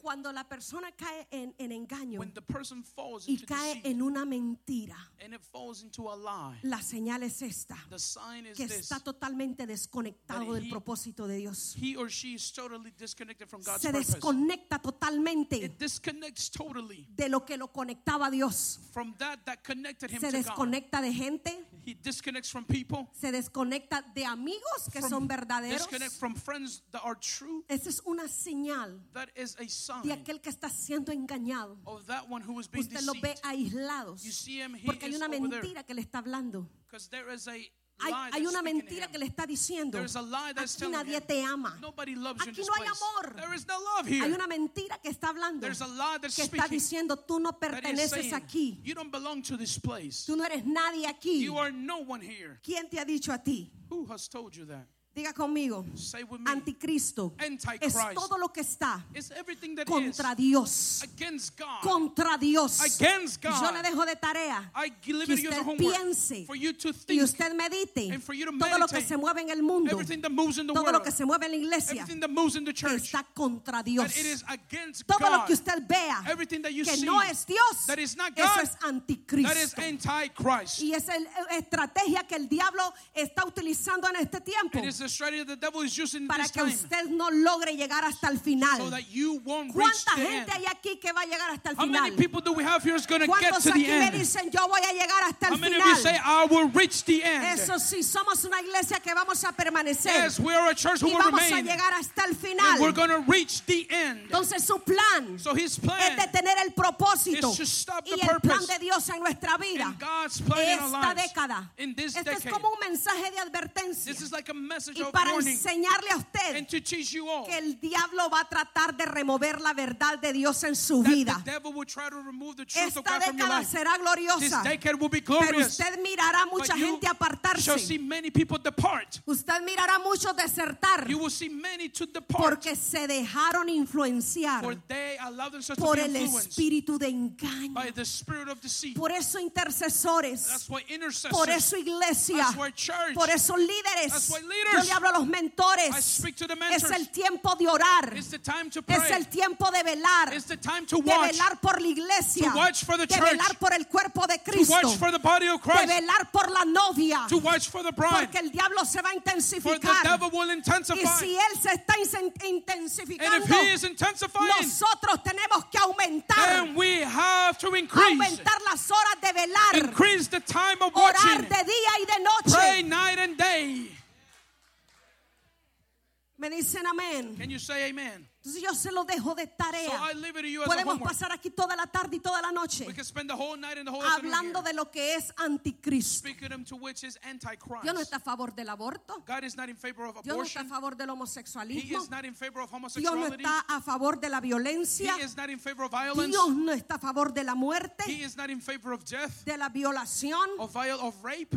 S2: Cuando la persona cae en, en engaño
S3: When the person falls
S2: y
S3: into
S2: cae
S3: deceit
S2: en una mentira,
S3: and it falls into a lie,
S2: la señal es esta,
S3: the sign is
S2: que
S3: this.
S2: está totalmente desconectado
S3: that
S2: del
S3: he-
S2: propósito de Dios.
S3: He or she is totally disconnected from God's
S2: Se
S3: purpose.
S2: desconecta totalmente
S3: It disconnects totally
S2: de lo que lo conectaba a Dios.
S3: from that that connected him
S2: Se
S3: to God.
S2: desconecta de gente,
S3: He disconnects from people.
S2: se desconecta de amigos que
S3: from-
S2: son verdaderos.
S3: Disconnect from friends that are true.
S2: Esa es una señal
S3: That is a
S2: de
S3: sign
S2: aquel que está siendo engañado.
S3: of that one who is being
S2: Usted los ve
S3: deceived.
S2: aislados
S3: You see him, he
S2: porque hay
S3: is
S2: una
S3: over there.
S2: mentira que le está hablando.
S3: Because there is a lie
S2: Hay,
S3: that's
S2: hay una
S3: speaking to
S2: mentira
S3: him.
S2: que le está diciendo.
S3: There is a lie that's
S2: Aquí
S3: telling
S2: nadie
S3: him,
S2: te ama.
S3: Nobody loves you in
S2: Aquí
S3: this
S2: no hay
S3: place.
S2: amor.
S3: There is no love here.
S2: Hay una mentira que está hablando.
S3: There's a lie that's
S2: Que está
S3: speaking.
S2: diciendo tú no
S3: That is saying,
S2: perteneces aquí.
S3: You don't belong to this place.
S2: Tú no eres nadie aquí.
S3: You are no one here.
S2: ¿Quién te ha dicho a ti?
S3: Who has told you that?
S2: Diga conmigo.
S3: Say with me.
S2: Anticristo es
S3: Antichrist.
S2: todo lo que está
S3: It's everything that is
S2: contra Dios.
S3: against God.
S2: Contra Dios.
S3: Against God.
S2: Yo le dejo de tarea
S3: I give
S2: que
S3: it you as a
S2: usted
S3: homework
S2: piense
S3: for you to think
S2: y usted medite
S3: and for you to
S2: todo lo que
S3: meditate.
S2: se mueve en el mundo,
S3: everything that moves in the
S2: todo
S3: world,
S2: lo que se mueve en la iglesia,
S3: everything that moves in the
S2: que
S3: church,
S2: está contra Dios.
S3: that it is against
S2: Todo lo
S3: God.
S2: que usted vea
S3: Everything that you
S2: que
S3: see
S2: no es Dios,
S3: that is not
S2: eso
S3: God,
S2: es
S3: That is
S2: anticristo.
S3: antichrist.
S2: Y esa es la estrategia que el diablo está utilizando en este tiempo
S3: It is the strategy the devil is using in
S2: para
S3: this
S2: que
S3: time
S2: usted no logre llegar hasta el
S3: so
S2: final.
S3: that you won't reach
S2: ¿Cuánta
S3: the end.
S2: gente hay aquí que va a llegar hasta el
S3: How many
S2: final?
S3: people do we have here is going to get
S2: ¿Cuántos
S3: to
S2: aquí
S3: the
S2: me
S3: end?
S2: dicen yo voy a llegar hasta
S3: How
S2: el
S3: many of you say,
S2: final?
S3: I will reach the end?
S2: Eso sí, somos una iglesia que vamos a permanecer
S3: Yes, we are a church who
S2: y
S3: will
S2: vamos a
S3: remain.
S2: llegar hasta el
S3: And
S2: final.
S3: we're going to reach the end.
S2: Entonces su plan
S3: So
S2: es
S3: his plan
S2: detener el propósito
S3: is to stop the
S2: y el plan
S3: purpose
S2: de Dios en nuestra vida.
S3: and God's plan in our
S2: Esta
S3: lives
S2: década.
S3: in this
S2: Este es
S3: decade.
S2: como un mensaje de advertencia
S3: This is like a message
S2: y
S3: of
S2: para
S3: warning
S2: enseñarle a usted
S3: and to teach you all
S2: que el diablo va a tratar de remover la verdad de Dios en su
S3: that the
S2: vida.
S3: devil will try to remove the truth of
S2: Esta
S3: God from your
S2: década
S3: life.
S2: será
S3: This
S2: gloriosa,
S3: decade will be
S2: pero
S3: glorious.
S2: usted mirará a mucha
S3: you
S2: gente
S3: shall see
S2: apartarse.
S3: many people depart.
S2: Usted mirará a muchos desertar
S3: You will see many to depart.
S2: porque se dejaron
S3: For
S2: influenciar
S3: they allow themselves to
S2: por
S3: be
S2: el
S3: influenced
S2: espíritu de engaño.
S3: by the spirit of deceit.
S2: Por eso intercesores,
S3: That's why intercessors.
S2: por eso iglesia,
S3: That's why church.
S2: por eso líderes.
S3: That's why
S2: Yo
S3: leaders.
S2: le hablo a los
S3: I
S2: mentores.
S3: speak to the
S2: Es
S3: mentors.
S2: el tiempo de orar.
S3: It's the time to pray.
S2: Es el tiempo de velar.
S3: It's the time to
S2: de
S3: watch.
S2: velar por la iglesia,
S3: To watch for the
S2: de
S3: church.
S2: velar por el cuerpo de
S3: To
S2: Cristo,
S3: watch for the body of
S2: de
S3: Christ.
S2: velar por la novia,
S3: To watch for the bride.
S2: porque el diablo se va a
S3: For the
S2: intensificar.
S3: devil will
S2: Y
S3: intensify.
S2: si él se está insen-
S3: And
S2: intensificando,
S3: if he is intensifying,
S2: nosotros tenemos que aumentar,
S3: then we have to increase.
S2: aumentar las horas de velar,
S3: Increase the time of
S2: orar
S3: watching.
S2: de día y de noche.
S3: Pray night and day.
S2: Me dicen amén.
S3: Can you say amen?
S2: Entonces yo se lo dejo de
S3: So
S2: tarea.
S3: I leave it to you as a
S2: Podemos
S3: homework.
S2: pasar aquí toda la tarde y toda la noche
S3: We can spend the whole night and the whole afternoon
S2: hablando
S3: here,
S2: de lo que es anticristo.
S3: speaking them to which is antichrist.
S2: Dios no está a favor del aborto.
S3: God is not in favor of
S2: Dios no está a
S3: abortion.
S2: favor del
S3: He
S2: homosexualismo.
S3: is not in favor
S2: Dios
S3: of
S2: no
S3: homosexuality.
S2: está a favor de la violencia.
S3: He is not in favor of violence.
S2: Dios no está a favor de la
S3: He
S2: muerte,
S3: is Oh. not in favor of death,
S2: de la violación
S3: of viol of rape,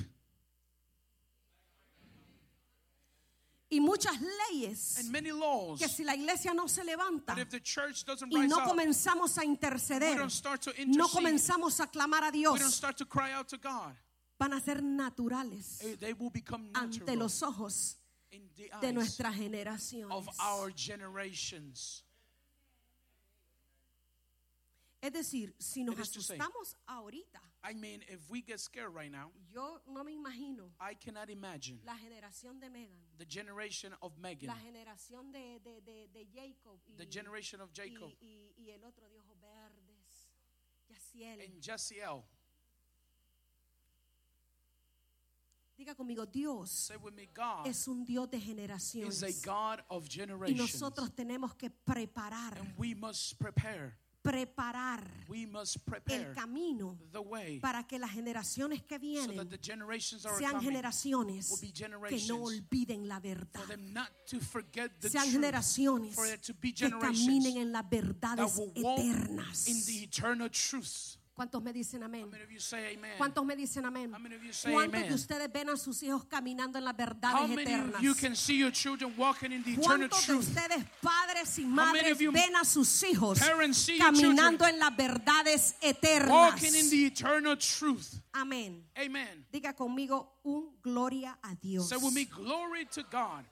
S2: y muchas leyes
S3: and many laws.
S2: que si la iglesia no se levanta
S3: But if the church doesn't
S2: y
S3: rise
S2: no
S3: up, we
S2: comenzamos a interceder,
S3: don't start to
S2: no
S3: intercede.
S2: comenzamos a clamar a
S3: We don't
S2: Dios,
S3: start to cry out to God.
S2: van a ser naturales
S3: Eh, They will become
S2: ante
S3: natural
S2: los ojos
S3: in
S2: de
S3: the eyes
S2: nuestra generación.
S3: of our generations.
S2: Es decir, si nos
S3: It is to say-
S2: asustamos ahorita,
S3: I mean, if we get scared right now,
S2: yo no me imagino
S3: I cannot imagine
S2: la generación de Megan.
S3: the generation of Megan,
S2: La generación de, de, de, de Jacob. Y,
S3: the generation of Jacob,
S2: y, y- y el otro de ojos verdes. Yaciel.
S3: and Jesiel.
S2: Diga conmigo, Dios
S3: Say with me, God
S2: es un Dios de
S3: is a
S2: generaciones.
S3: God of
S2: Y
S3: generations.
S2: nosotros tenemos que
S3: And
S2: preparar,
S3: we must prepare.
S2: preparar
S3: We must
S2: el
S3: prepare
S2: camino
S3: the way
S2: para que las generaciones que
S3: so that the
S2: vienen
S3: generations are
S2: sean
S3: coming.
S2: generaciones
S3: will be
S2: que no
S3: generations
S2: olviden la
S3: For
S2: verdad.
S3: them not to forget the
S2: Sean
S3: truth.
S2: generaciones
S3: For there to be
S2: que
S3: generations
S2: caminen en las
S3: that
S2: verdades
S3: will walk in
S2: eternas.
S3: the eternal truth.
S2: ¿Cuántos me dicen amén?
S3: How many of you say amen?
S2: ¿Cuántos me dicen amén?
S3: How many of you say
S2: ¿Cuántos de
S3: amen?
S2: ustedes ven a sus hijos caminando en las
S3: How
S2: verdades
S3: many
S2: eternas?
S3: of you can see your children walking in the eternal
S2: ¿Cuántos de
S3: truth?
S2: ustedes, padres y
S3: many
S2: madres,
S3: of you
S2: ven a sus hijos
S3: parents see your
S2: caminando en las verdades eternas?
S3: Walking in the eternal truth.
S2: Amén.
S3: Amen.
S2: Diga conmigo un gloria a Dios.
S3: So we make glory to God.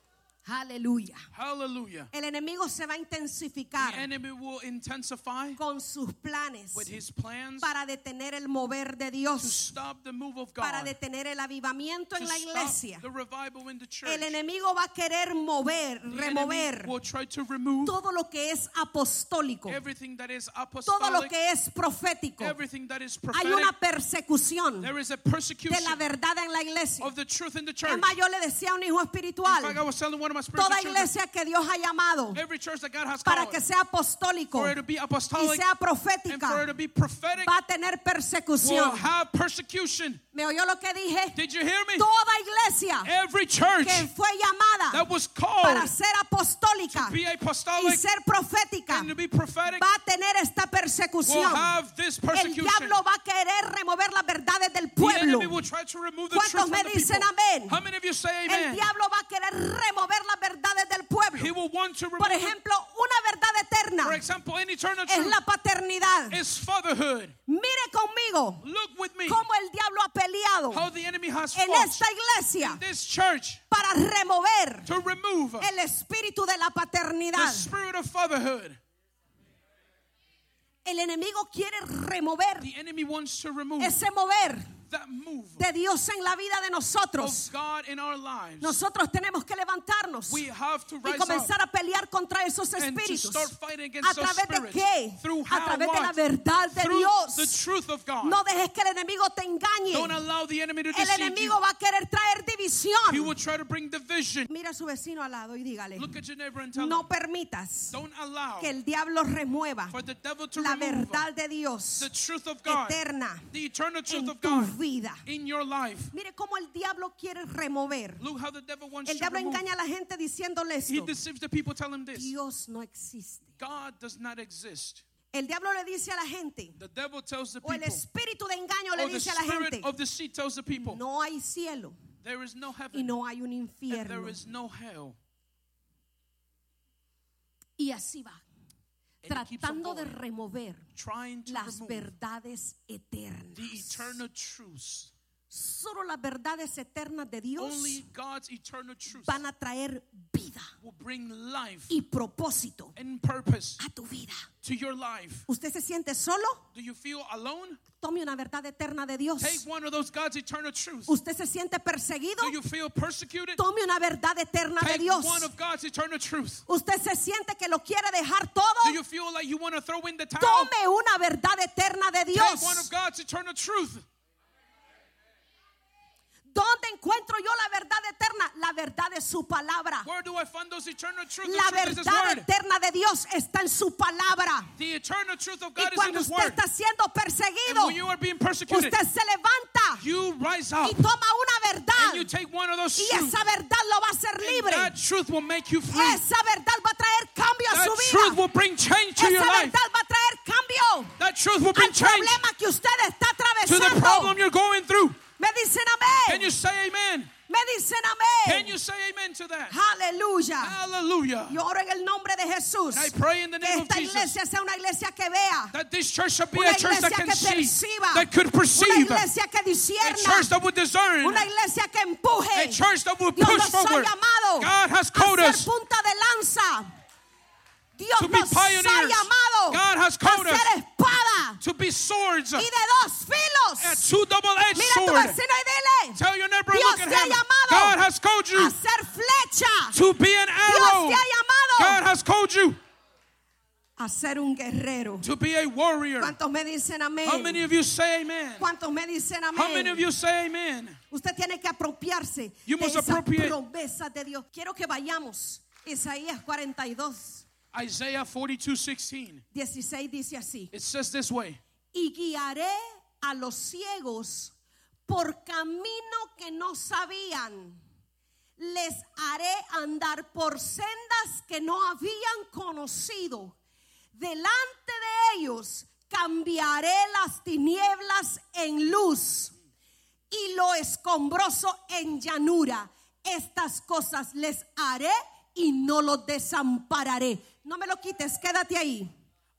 S2: Aleluya.
S3: Hallelujah.
S2: El enemigo se va a intensificar
S3: The enemy will intensify
S2: con sus planes
S3: with his plans
S2: para detener el mover de
S3: to
S2: Dios,
S3: stop the move of
S2: para
S3: God, to
S2: detener el avivamiento en la iglesia.
S3: stop the revival in the church.
S2: El enemigo va a querer mover,
S3: The enemy
S2: remover
S3: will try to remove
S2: todo lo que es apostólico,
S3: everything that is
S2: todo lo
S3: apostolic,
S2: que es profético.
S3: everything that is
S2: Hay
S3: prophetic.
S2: una persecución
S3: There is a
S2: de
S3: persecution
S2: la verdad en la iglesia.
S3: of the truth in the church.
S2: Además, yo le decía a un hijo
S3: In fact, I
S2: espiritual,
S3: was telling one of my spiritual
S2: toda
S3: children,
S2: iglesia que Dios ha llamado
S3: every church that God has
S2: para
S3: called,
S2: que sea apostólico
S3: for it to be
S2: y
S3: apostolic
S2: sea
S3: and for it to
S2: profética,
S3: be prophetic,
S2: va a tener persecución.
S3: will have persecution.
S2: ¿Me oyó lo que dije?
S3: Did you hear me?
S2: Toda iglesia
S3: Every church
S2: que fue
S3: that
S2: llamada
S3: was called
S2: para ser apostólica
S3: to be
S2: y
S3: apostolic
S2: ser profética
S3: and to be prophetic
S2: va a tener esta
S3: will
S2: persecución.
S3: have this
S2: El
S3: persecution.
S2: diablo va a querer remover las verdades del
S3: The enemy
S2: pueblo.
S3: will will try to remove the
S2: ¿Cuántos
S3: truth from
S2: me
S3: the
S2: dicen
S3: people.
S2: amén?
S3: How many of you say
S2: El
S3: amen?
S2: diablo va a querer remover las verdades del pueblo.
S3: He will want to remove,
S2: Por ejemplo, una verdad eterna
S3: for example, an eternal
S2: es
S3: truth
S2: la paternidad.
S3: is fatherhood.
S2: Mire conmigo
S3: Look with me
S2: cómo el diablo ha peleado
S3: how the enemy has
S2: en
S3: fought
S2: esta iglesia
S3: this church
S2: para remover
S3: to remove
S2: el espíritu de la
S3: the
S2: paternidad.
S3: spirit of fatherhood.
S2: El enemigo quiere remover
S3: The enemy wants to remove
S2: ese mover
S3: that move
S2: de Dios en la vida de
S3: of
S2: nosotros.
S3: God in our lives.
S2: Nosotros tenemos que levantarnos
S3: we
S2: y
S3: have to rise up
S2: comenzar a pelear contra esos
S3: and to
S2: espíritus.
S3: start fighting
S2: ¿A
S3: against those
S2: través de
S3: spirits.
S2: qué?
S3: Through
S2: A
S3: how
S2: través de la
S3: what?
S2: verdad de
S3: Through the
S2: Dios.
S3: truth of God.
S2: No dejes que el enemigo te
S3: Don't
S2: engañe.
S3: allow the enemy to
S2: El
S3: deceive
S2: enemigo
S3: you.
S2: va a querer traer
S3: He
S2: división.
S3: will try to bring division.
S2: Mira a su vecino al lado y dígale,
S3: Look at your neighbor and tell him,
S2: no permitas
S3: don't allow
S2: que el diablo remueva
S3: for the devil to
S2: la
S3: remove
S2: verdad de Dios
S3: the truth of God,
S2: eterna
S3: the eternal truth
S2: en
S3: of God
S2: tu vida.
S3: in your life.
S2: Mire cómo el diablo quiere remover.
S3: Look how the devil wants
S2: El
S3: to
S2: diablo
S3: remove.
S2: engaña a la gente diciéndole
S3: He
S2: esto.
S3: deceives the people. Tell him this.
S2: Dios no existe.
S3: God does not exist.
S2: El diablo le dice a la gente,
S3: The devil tells the
S2: o el
S3: people,
S2: espíritu de engaño le
S3: or the
S2: dice a la
S3: spirit
S2: gente,
S3: of the sea tells the people,
S2: no hay cielo
S3: there is no
S2: y
S3: heaven
S2: no hay un
S3: and
S2: infierno.
S3: there is no hell.
S2: Y así va,
S3: And it keeps on
S2: tratando de
S3: going,
S2: remover
S3: trying to
S2: las
S3: remove
S2: verdades
S3: the
S2: eternas.
S3: eternal truths.
S2: Solo las verdades eternas de
S3: Only
S2: Dios
S3: God's eternal truths
S2: van a traer vida
S3: will bring life
S2: y propósito
S3: and purpose
S2: a tu vida.
S3: to your life.
S2: ¿Usted se siente solo?
S3: Do you feel alone?
S2: Tome una verdad eterna de Dios.
S3: Take one of those God's eternal truths.
S2: ¿Usted se siente perseguido?
S3: Do you feel persecuted?
S2: Tome una verdad eterna de
S3: Take
S2: Dios.
S3: one of God's eternal truth.
S2: ¿Usted se siente que lo quiere dejar todo?
S3: Do you feel like you want to throw in the towel?
S2: Tome una verdad eterna de
S3: Take one of
S2: Dios.
S3: God's eternal truth.
S2: ¿Dónde encuentro yo la verdad eterna? La verdad de su palabra.
S3: Where do I find those eternal truths?
S2: La
S3: The truth is His
S2: verdad
S3: word.
S2: eterna de Dios está en su palabra.
S3: The eternal truth of
S2: Y
S3: God is in
S2: cuando
S3: His
S2: usted
S3: word.
S2: está siendo
S3: And
S2: perseguido,
S3: when you are being persecuted,
S2: usted se levanta
S3: you rise up
S2: y toma una
S3: and you
S2: verdad.
S3: take one of those
S2: Y
S3: truths.
S2: esa verdad lo va a hacer
S3: And
S2: libre.
S3: That truth will make you free.
S2: Esa verdad va a traer cambio a
S3: That
S2: su
S3: truth
S2: vida.
S3: will bring change to
S2: Esa
S3: your life.
S2: verdad va a traer cambio
S3: That truth will bring
S2: al
S3: change
S2: problema que usted está
S3: to the
S2: atravesando.
S3: problem you're going through.
S2: Me dicen
S3: Can you
S2: amén.
S3: say amen?
S2: Me dicen
S3: Can
S2: amén.
S3: you say amen to that?
S2: Aleluya.
S3: Hallelujah.
S2: Yo oro en el nombre de Jesús.
S3: And I pray in the
S2: Que
S3: name of
S2: esta
S3: Jesus
S2: iglesia sea una iglesia que vea.
S3: that this church should be
S2: Una
S3: a church that
S2: iglesia
S3: can
S2: que
S3: see,
S2: perciba.
S3: that could
S2: Una
S3: perceive, a
S2: iglesia que discierna.
S3: church that would discern,
S2: Una iglesia que empuje.
S3: a church that would
S2: Dios
S3: push
S2: nos ha
S3: forward.
S2: llamado
S3: God has called
S2: a
S3: us
S2: ser punta de lanza. Dios
S3: to be
S2: nos ha
S3: pioneers.
S2: llamado
S3: God has called
S2: a
S3: us
S2: ser espada
S3: to be swords,
S2: y
S3: a
S2: de dos filos.
S3: two double-edged
S2: Mira a tu
S3: sword.
S2: vecino y dile,
S3: Tell your neighbor,
S2: Dios
S3: look
S2: te
S3: at
S2: ha
S3: him.
S2: llamado
S3: God has called you
S2: a ser flecha.
S3: to be an
S2: Dios
S3: arrow.
S2: te ha
S3: God
S2: llamado
S3: has called you
S2: a ser un guerrero.
S3: to be a warrior.
S2: ¿Cuántos me dicen
S3: How many
S2: amén?
S3: of you say amen?
S2: ¿Cuántos me dicen
S3: How many
S2: amén?
S3: of you say amen?
S2: Usted tiene que apropiarse
S3: You
S2: de
S3: must
S2: esas
S3: appropriate.
S2: promesas de Dios. Quiero que vayamos. Isaías 42,
S3: Isaiah 42 16.
S2: 16 dice así.
S3: It says this way
S2: Y guiaré a los ciegos por camino que no sabían. Les haré andar por sendas que no habían conocido. Delante de ellos cambiaré las tinieblas en luz y lo escombroso en llanura. Estas cosas les haré y no los desampararé. No me lo quites, quédate ahí.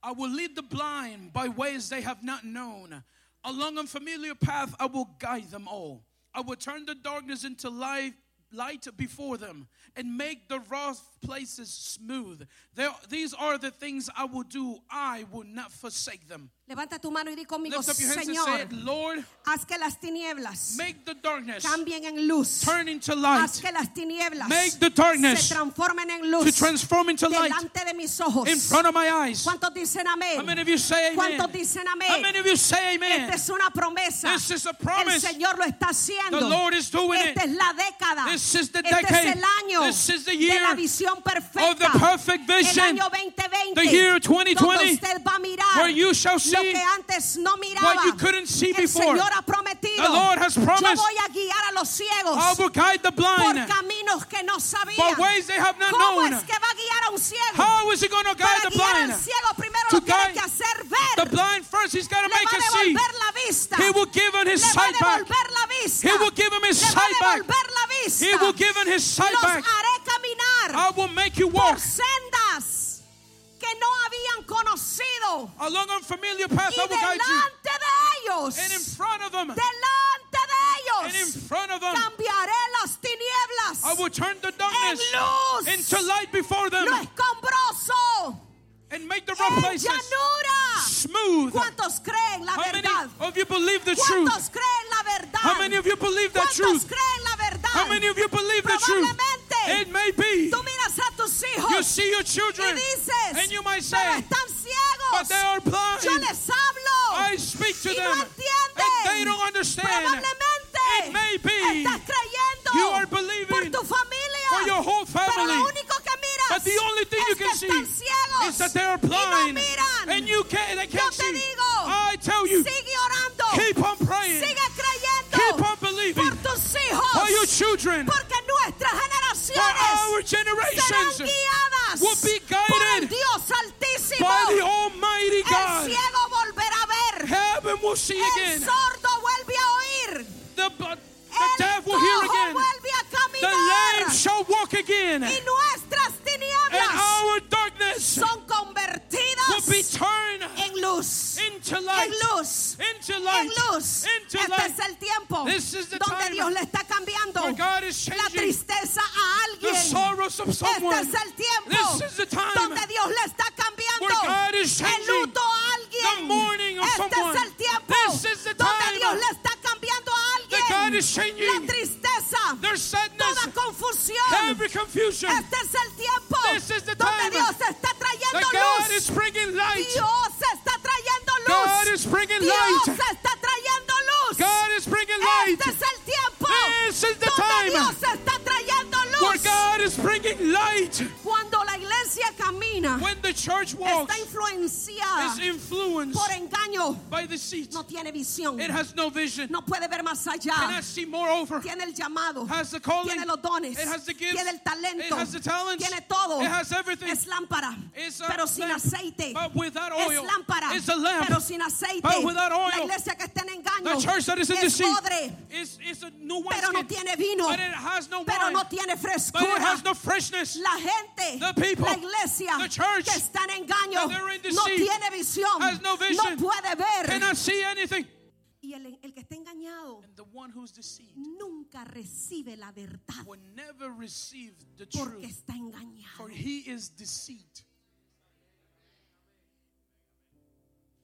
S3: I will lead the blind by ways they have not known. Along unfamiliar path, I will guide them all. I will turn the darkness into light, light before them and make the rough places smooth. There, these are the things I will do. I will not forsake them.
S2: Levanta tu mano y di conmigo,
S3: Lift up your hands and say,
S2: Señor,
S3: it, Lord,
S2: haz que las tinieblas
S3: make the darkness
S2: cambien en luz.
S3: turn into
S2: Haz
S3: light,
S2: que las tinieblas
S3: Make the darkness
S2: se transformen en luz
S3: to transform into light
S2: delante de mis ojos.
S3: in front of my eyes.
S2: ¿Cuántos dicen amén?
S3: How many of you say amen?
S2: ¿Cuántos dicen amén?
S3: How many of you say amen?
S2: Esta es una promesa.
S3: This is a promise.
S2: El Señor lo está haciendo.
S3: The Lord is doing it.
S2: Esta es la década.
S3: This is the
S2: Este
S3: decade.
S2: es el año
S3: This is
S2: de
S3: the
S2: la
S3: year
S2: visión perfecta.
S3: of the perfect vision.
S2: El año 2020.
S3: The year 2020,
S2: Donde usted va a mirar
S3: where you shall
S2: lo
S3: see
S2: que antes no miraba.
S3: you couldn't see
S2: el
S3: before.
S2: Señor ha prometido.
S3: The Lord has
S2: Yo
S3: promised.
S2: voy a guiar a los ciegos
S3: I will guide the
S2: por
S3: blind
S2: caminos que no
S3: by
S2: sabían.
S3: ways they have not
S2: ¿Cómo
S3: known.
S2: es que va a guiar a un ciego?
S3: How is he going to guide
S2: Para
S3: the
S2: guiar
S3: blind?
S2: al ciego primero
S3: To
S2: lo tiene
S3: guide
S2: que hacer
S3: The
S2: ver.
S3: blind first, he's got to
S2: Le
S3: make
S2: va a
S3: us see.
S2: devolver la vista.
S3: He will give on his
S2: Le va a
S3: sight back.
S2: devolver la vista.
S3: his
S2: le va
S3: sight
S2: a
S3: back.
S2: devolver la vista.
S3: He will give in his sight
S2: Los
S3: back.
S2: haré caminar
S3: I will make you
S2: por
S3: walk
S2: sendas que no habían conocido.
S3: along unfamiliar paths.
S2: Y
S3: I will guide you.
S2: delante de ellos,
S3: And in front of them,
S2: delante de
S3: and in
S2: ellos,
S3: front of them,
S2: cambiaré las tinieblas
S3: I will turn the darkness
S2: en luz,
S3: into light before them
S2: lo escombroso,
S3: and make the rough
S2: en
S3: places
S2: llanura.
S3: smooth.
S2: ¿Cuántos creen la
S3: How many
S2: verdad?
S3: of you believe the truth?
S2: ¿Cuántos creen la verdad?
S3: How many of you believe that
S2: ¿Cuántos
S3: truth?
S2: creen la verdad?
S3: How many of you believe the truth?
S2: Probablemente
S3: It may be.
S2: Tú miras a tus hijos
S3: You see your children
S2: y dices,
S3: and you might
S2: pero
S3: say,
S2: están ciegos.
S3: but they are blind.
S2: Yo les hablo.
S3: I speak to
S2: y
S3: them
S2: no entienden.
S3: and they don't understand.
S2: Probablemente
S3: It may be
S2: estás creyendo
S3: you are believing
S2: por tu familia.
S3: for your whole
S2: Pero
S3: family.
S2: lo único que miras
S3: But the only thing
S2: es
S3: you
S2: que
S3: can see
S2: están ciegos
S3: is that they are
S2: y no
S3: blind
S2: miran.
S3: and you can't, they
S2: Yo
S3: can't
S2: te
S3: see.
S2: digo,
S3: I tell you,
S2: sigue orando.
S3: keep on praying,
S2: Sigue creyendo
S3: keep on believing
S2: por tus hijos.
S3: for your children,
S2: porque nuestras
S3: for our
S2: generaciones serán
S3: generations,
S2: guiadas
S3: will be
S2: por el
S3: guided
S2: Dios Altísimo.
S3: by the Almighty
S2: el
S3: God.
S2: ciego volverá a ver.
S3: Heaven will see
S2: El
S3: again.
S2: sordo vuelve a oír.
S3: The, the
S2: el
S3: deaf will hear
S2: cojo
S3: again.
S2: vuelve a
S3: The lame
S2: caminar.
S3: shall walk again.
S2: y nuestras
S3: And
S2: tinieblas
S3: our darkness
S2: son
S3: will be
S2: convertidas
S3: turned
S2: en luz.
S3: into
S2: En
S3: light.
S2: luz.
S3: Into
S2: En
S3: light.
S2: luz.
S3: Into
S2: Este
S3: light.
S2: es el tiempo
S3: This is the
S2: donde
S3: time
S2: Dios le está cambiando
S3: where God is
S2: la
S3: changing
S2: tristeza a
S3: the
S2: alguien.
S3: sorrows of
S2: Este
S3: someone.
S2: es el tiempo
S3: This is the time
S2: donde Dios le está
S3: where God
S2: cambiando
S3: is
S2: el
S3: changing
S2: luto a alguien.
S3: the mourning of
S2: este
S3: someone.
S2: es el tiempo
S3: This is the
S2: donde
S3: time
S2: Dios le está cambiando a alguien
S3: that God is changing
S2: la tristeza,
S3: their sadness,
S2: toda confusión.
S3: every confusion.
S2: este es el tiempo
S3: This is the
S2: donde
S3: time
S2: Dios está
S3: That
S2: trayendo
S3: God is
S2: luz.
S3: bringing light.
S2: Dios está trayendo luz.
S3: God is bringing
S2: Dios
S3: light.
S2: está trayendo luz.
S3: God is bringing light.
S2: Este es el tiempo
S3: This is the
S2: donde
S3: time
S2: Dios está trayendo
S3: Where
S2: luz.
S3: God is bringing light.
S2: Cuando la iglesia camina,
S3: When the church
S2: está
S3: walks,
S2: influenciada
S3: is influenced
S2: por engaño.
S3: by the seat.
S2: No tiene visión.
S3: It has no vision.
S2: No puede ver más
S3: Cannot
S2: allá.
S3: see moreover.
S2: Tiene el llamado.
S3: Has the calling.
S2: Tiene los dones.
S3: It has the gifts.
S2: Tiene el talento.
S3: It has the talents.
S2: Tiene todo.
S3: It has everything.
S2: Es lámpara.
S3: It's a
S2: pero sin
S3: lamp,
S2: aceite.
S3: but without
S2: Es
S3: oil.
S2: lámpara.
S3: It's a lamp.
S2: pero sin aceite.
S3: but without oil.
S2: La iglesia que está en engaño.
S3: The church that is in
S2: es
S3: deceit
S2: podre.
S3: is, is a new wine
S2: Pero no tiene vino.
S3: but it has no
S2: Pero
S3: wine.
S2: no tiene
S3: but
S2: frescura.
S3: it has no freshness.
S2: La gente,
S3: The people,
S2: la iglesia,
S3: the church,
S2: que está en engaño,
S3: that they're in
S2: no
S3: deceit,
S2: tiene visión,
S3: has no vision,
S2: puede ver.
S3: Cannot see anything.
S2: y el, el que está engañado
S3: And the one who's deceived
S2: nunca recibe la verdad
S3: will never receive the
S2: porque
S3: truth,
S2: está engañado.
S3: for he is deceived.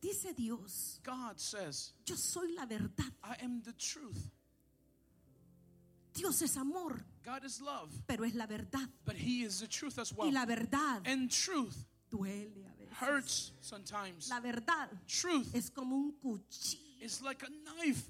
S2: Dice Dios,
S3: God says,
S2: yo soy la verdad.
S3: I am the truth.
S2: Dios es amor,
S3: God is love,
S2: pero es la verdad.
S3: but he is the truth as well.
S2: Y la verdad
S3: And truth
S2: duele a veces.
S3: hurts sometimes.
S2: La verdad
S3: Truth
S2: es como un cuchillo
S3: is like a knife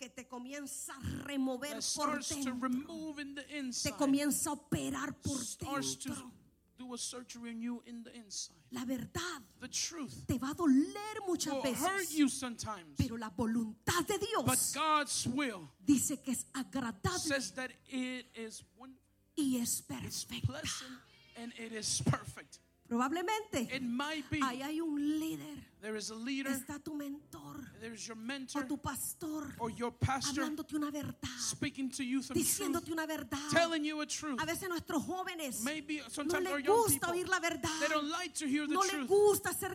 S2: que te comienza a remover
S3: that
S2: por
S3: starts to
S2: dentro.
S3: remove in the
S2: Te
S3: inside.
S2: comienza a operar por
S3: Starts to
S2: dentro.
S3: do a surgery on you in the inside.
S2: La verdad
S3: The truth
S2: te va a doler muchas
S3: will hurt
S2: veces,
S3: you sometimes.
S2: pero la voluntad de
S3: But
S2: Dios
S3: God's will
S2: dice que es agradable
S3: says that it is one
S2: y es
S3: it's
S2: perfecta.
S3: pleasant and it is perfect. It
S2: Probablemente
S3: might be
S2: ahí hay un líder,
S3: there is a leader,
S2: está tu mentor
S3: there is your
S2: o
S3: mentor
S2: tu pastor
S3: or your pastor
S2: hablándote una verdad,
S3: speaking to you some truth,
S2: diciéndote una verdad.
S3: telling you a truth.
S2: A veces nuestros jóvenes
S3: Maybe
S2: no
S3: sometimes our
S2: les
S3: young
S2: gusta
S3: people
S2: oír la verdad,
S3: they don't like to hear the
S2: no les
S3: truth.
S2: gusta ser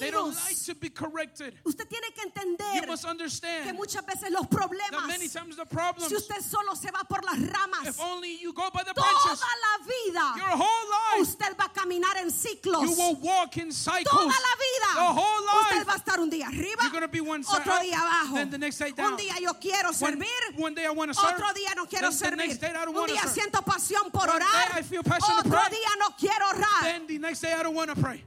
S3: They don't like
S2: corregidos.
S3: to be corrected.
S2: Usted tiene que
S3: You
S2: entender
S3: must
S2: que
S3: understand
S2: muchas veces los
S3: that many
S2: problemas
S3: times the problems,
S2: Si usted solo se va por las ramas,
S3: if only you go by the branches,
S2: toda la vida
S3: your whole life,
S2: usted va a caminar en ciclos.
S3: you will walk in
S2: Toda
S3: cycles. The
S2: la vida
S3: whole life.
S2: usted va a estar un día arriba,
S3: You're gonna be one side
S2: otro
S3: up,
S2: día abajo.
S3: then the next day down.
S2: Un día yo quiero
S3: One,
S2: servir,
S3: one day I want to serve.
S2: otro día no quiero
S3: then the
S2: servir.
S3: next day I don't
S2: Un
S3: want to
S2: día
S3: serve.
S2: siento pasión por
S3: One day
S2: orar,
S3: I feel passion to
S2: otro
S3: pray.
S2: día no quiero orar.
S3: Then the next day I don't want to pray.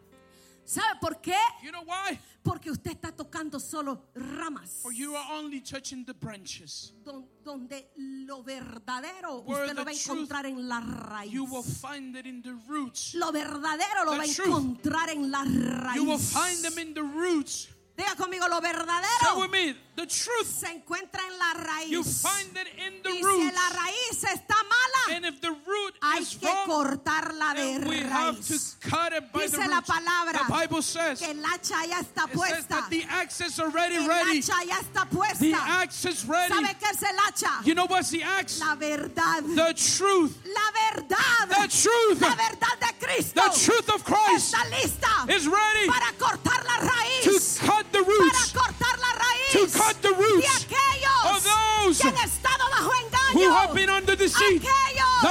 S2: ¿Sabe por qué?
S3: You know why?
S2: Porque usted está tocando solo ramas.
S3: For you are only touching the branches.
S2: don- Donde lo verdadero
S3: Where
S2: usted lo
S3: the
S2: va a
S3: truth
S2: encontrar en la raíz.
S3: You will find it in the roots.
S2: Lo verdadero lo
S3: The
S2: va a
S3: truth.
S2: encontrar en la raíz.
S3: You will find them in the roots.
S2: Diga conmigo, lo
S3: Say
S2: verdadero
S3: with me, the truth,
S2: se encuentra en la raíz.
S3: you find it in the
S2: y si
S3: root.
S2: la raíz está mala,
S3: And if the root
S2: hay
S3: is
S2: que
S3: wrong,
S2: cortarla de
S3: then we have to
S2: raíz.
S3: cut it by the
S2: Dice la
S3: root.
S2: palabra
S3: The Bible says,
S2: Que
S3: it
S2: el hacha ya está
S3: says
S2: puesta.
S3: that the axe is already
S2: el
S3: ready.
S2: hacha ya está puesta.
S3: The axe is ready.
S2: ¿Sabe qué es el hacha?
S3: You know what's the axe?
S2: la verdad.
S3: The truth.
S2: la verdad.
S3: The truth.
S2: la verdad de Cristo.
S3: The truth of Christ
S2: está lista
S3: is ready
S2: para cortar la
S3: to
S2: raíz.
S3: cut the
S2: para
S3: roots
S2: cortar la
S3: to
S2: raíz
S3: cut the
S2: de
S3: roots of
S2: aquellos
S3: those
S2: que han estado bajo
S3: who
S2: engaño.
S3: have been under deceit,
S2: aquellos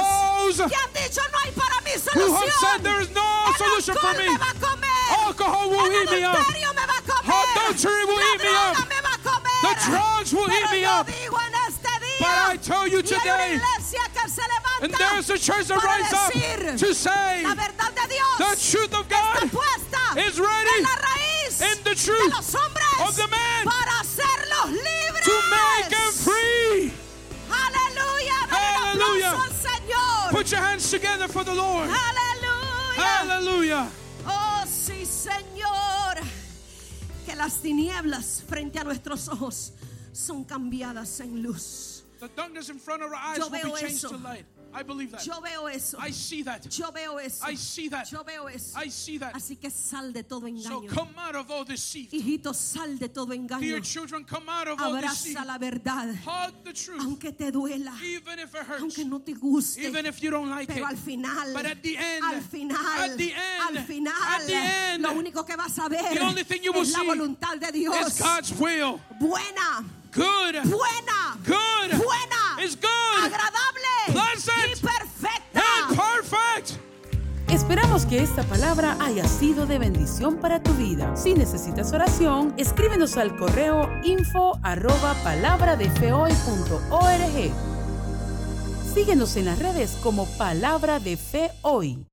S3: those
S2: que han dicho no hay para mí
S3: who have said
S2: solución.
S3: there is no
S2: El
S3: solution for
S2: alcohol
S3: me.
S2: me va a comer.
S3: Alcohol will
S2: El
S3: eat me up.
S2: adulterio me va a comer.
S3: Adultery will
S2: La
S3: eat me
S2: droga
S3: up.
S2: me va a comer.
S3: The drugs will
S2: Pero
S3: eat me
S2: yo
S3: up.
S2: digo en este día,
S3: But I tell you
S2: y hay una
S3: today,
S2: iglesia que se levanta
S3: and there is a church that
S2: para
S3: rise
S2: decir,
S3: up to say
S2: la verdad de
S3: the
S2: Dios
S3: truth of
S2: está
S3: God
S2: puesta
S3: is
S2: en
S3: ready
S2: la raíz
S3: in the
S2: de
S3: truth
S2: los hombres
S3: of the man
S2: para hacerlos libres.
S3: to make them free.
S2: Aleluya, dale un
S3: Aleluya.
S2: aplauso al Señor.
S3: Put your hands together for the Lord.
S2: Aleluya.
S3: Hallelujah.
S2: Oh, sí, Señor. Que las tinieblas frente a nuestros ojos son cambiadas en luz.
S3: The darkness in front of our eyes
S2: Yo
S3: will be
S2: veo
S3: changed
S2: eso.
S3: to light. I believe that.
S2: Yo veo eso.
S3: I see that.
S2: Yo veo eso.
S3: I see that.
S2: Yo veo eso.
S3: I see that.
S2: Así que sal de todo
S3: So
S2: engaño.
S3: come out of all deceit.
S2: Hijito, sal de todo engaño.
S3: Dear children, come out of all deceit.
S2: Abraza la verdad.
S3: Hug the truth,
S2: Aunque te duela.
S3: even if it hurts,
S2: Aunque no te guste.
S3: even if you don't like it.
S2: Pero al final,
S3: But at the end,
S2: al final,
S3: at the end,
S2: al final,
S3: at the end,
S2: lo único que vas a ver
S3: the only thing you will
S2: es la
S3: see
S2: voluntad de Dios.
S3: It's God's will.
S2: buena,
S3: Good.
S2: buena,
S3: Good.
S2: buena,
S3: It's good.
S2: agradable
S3: Pleasant.
S2: y perfecta.
S3: And perfect.
S1: Esperamos que esta palabra haya sido de bendición para tu vida. Si necesitas oración, escríbenos al correo info arroba palabradefehoy.org. Síguenos en las redes como Palabra de Fe Hoy.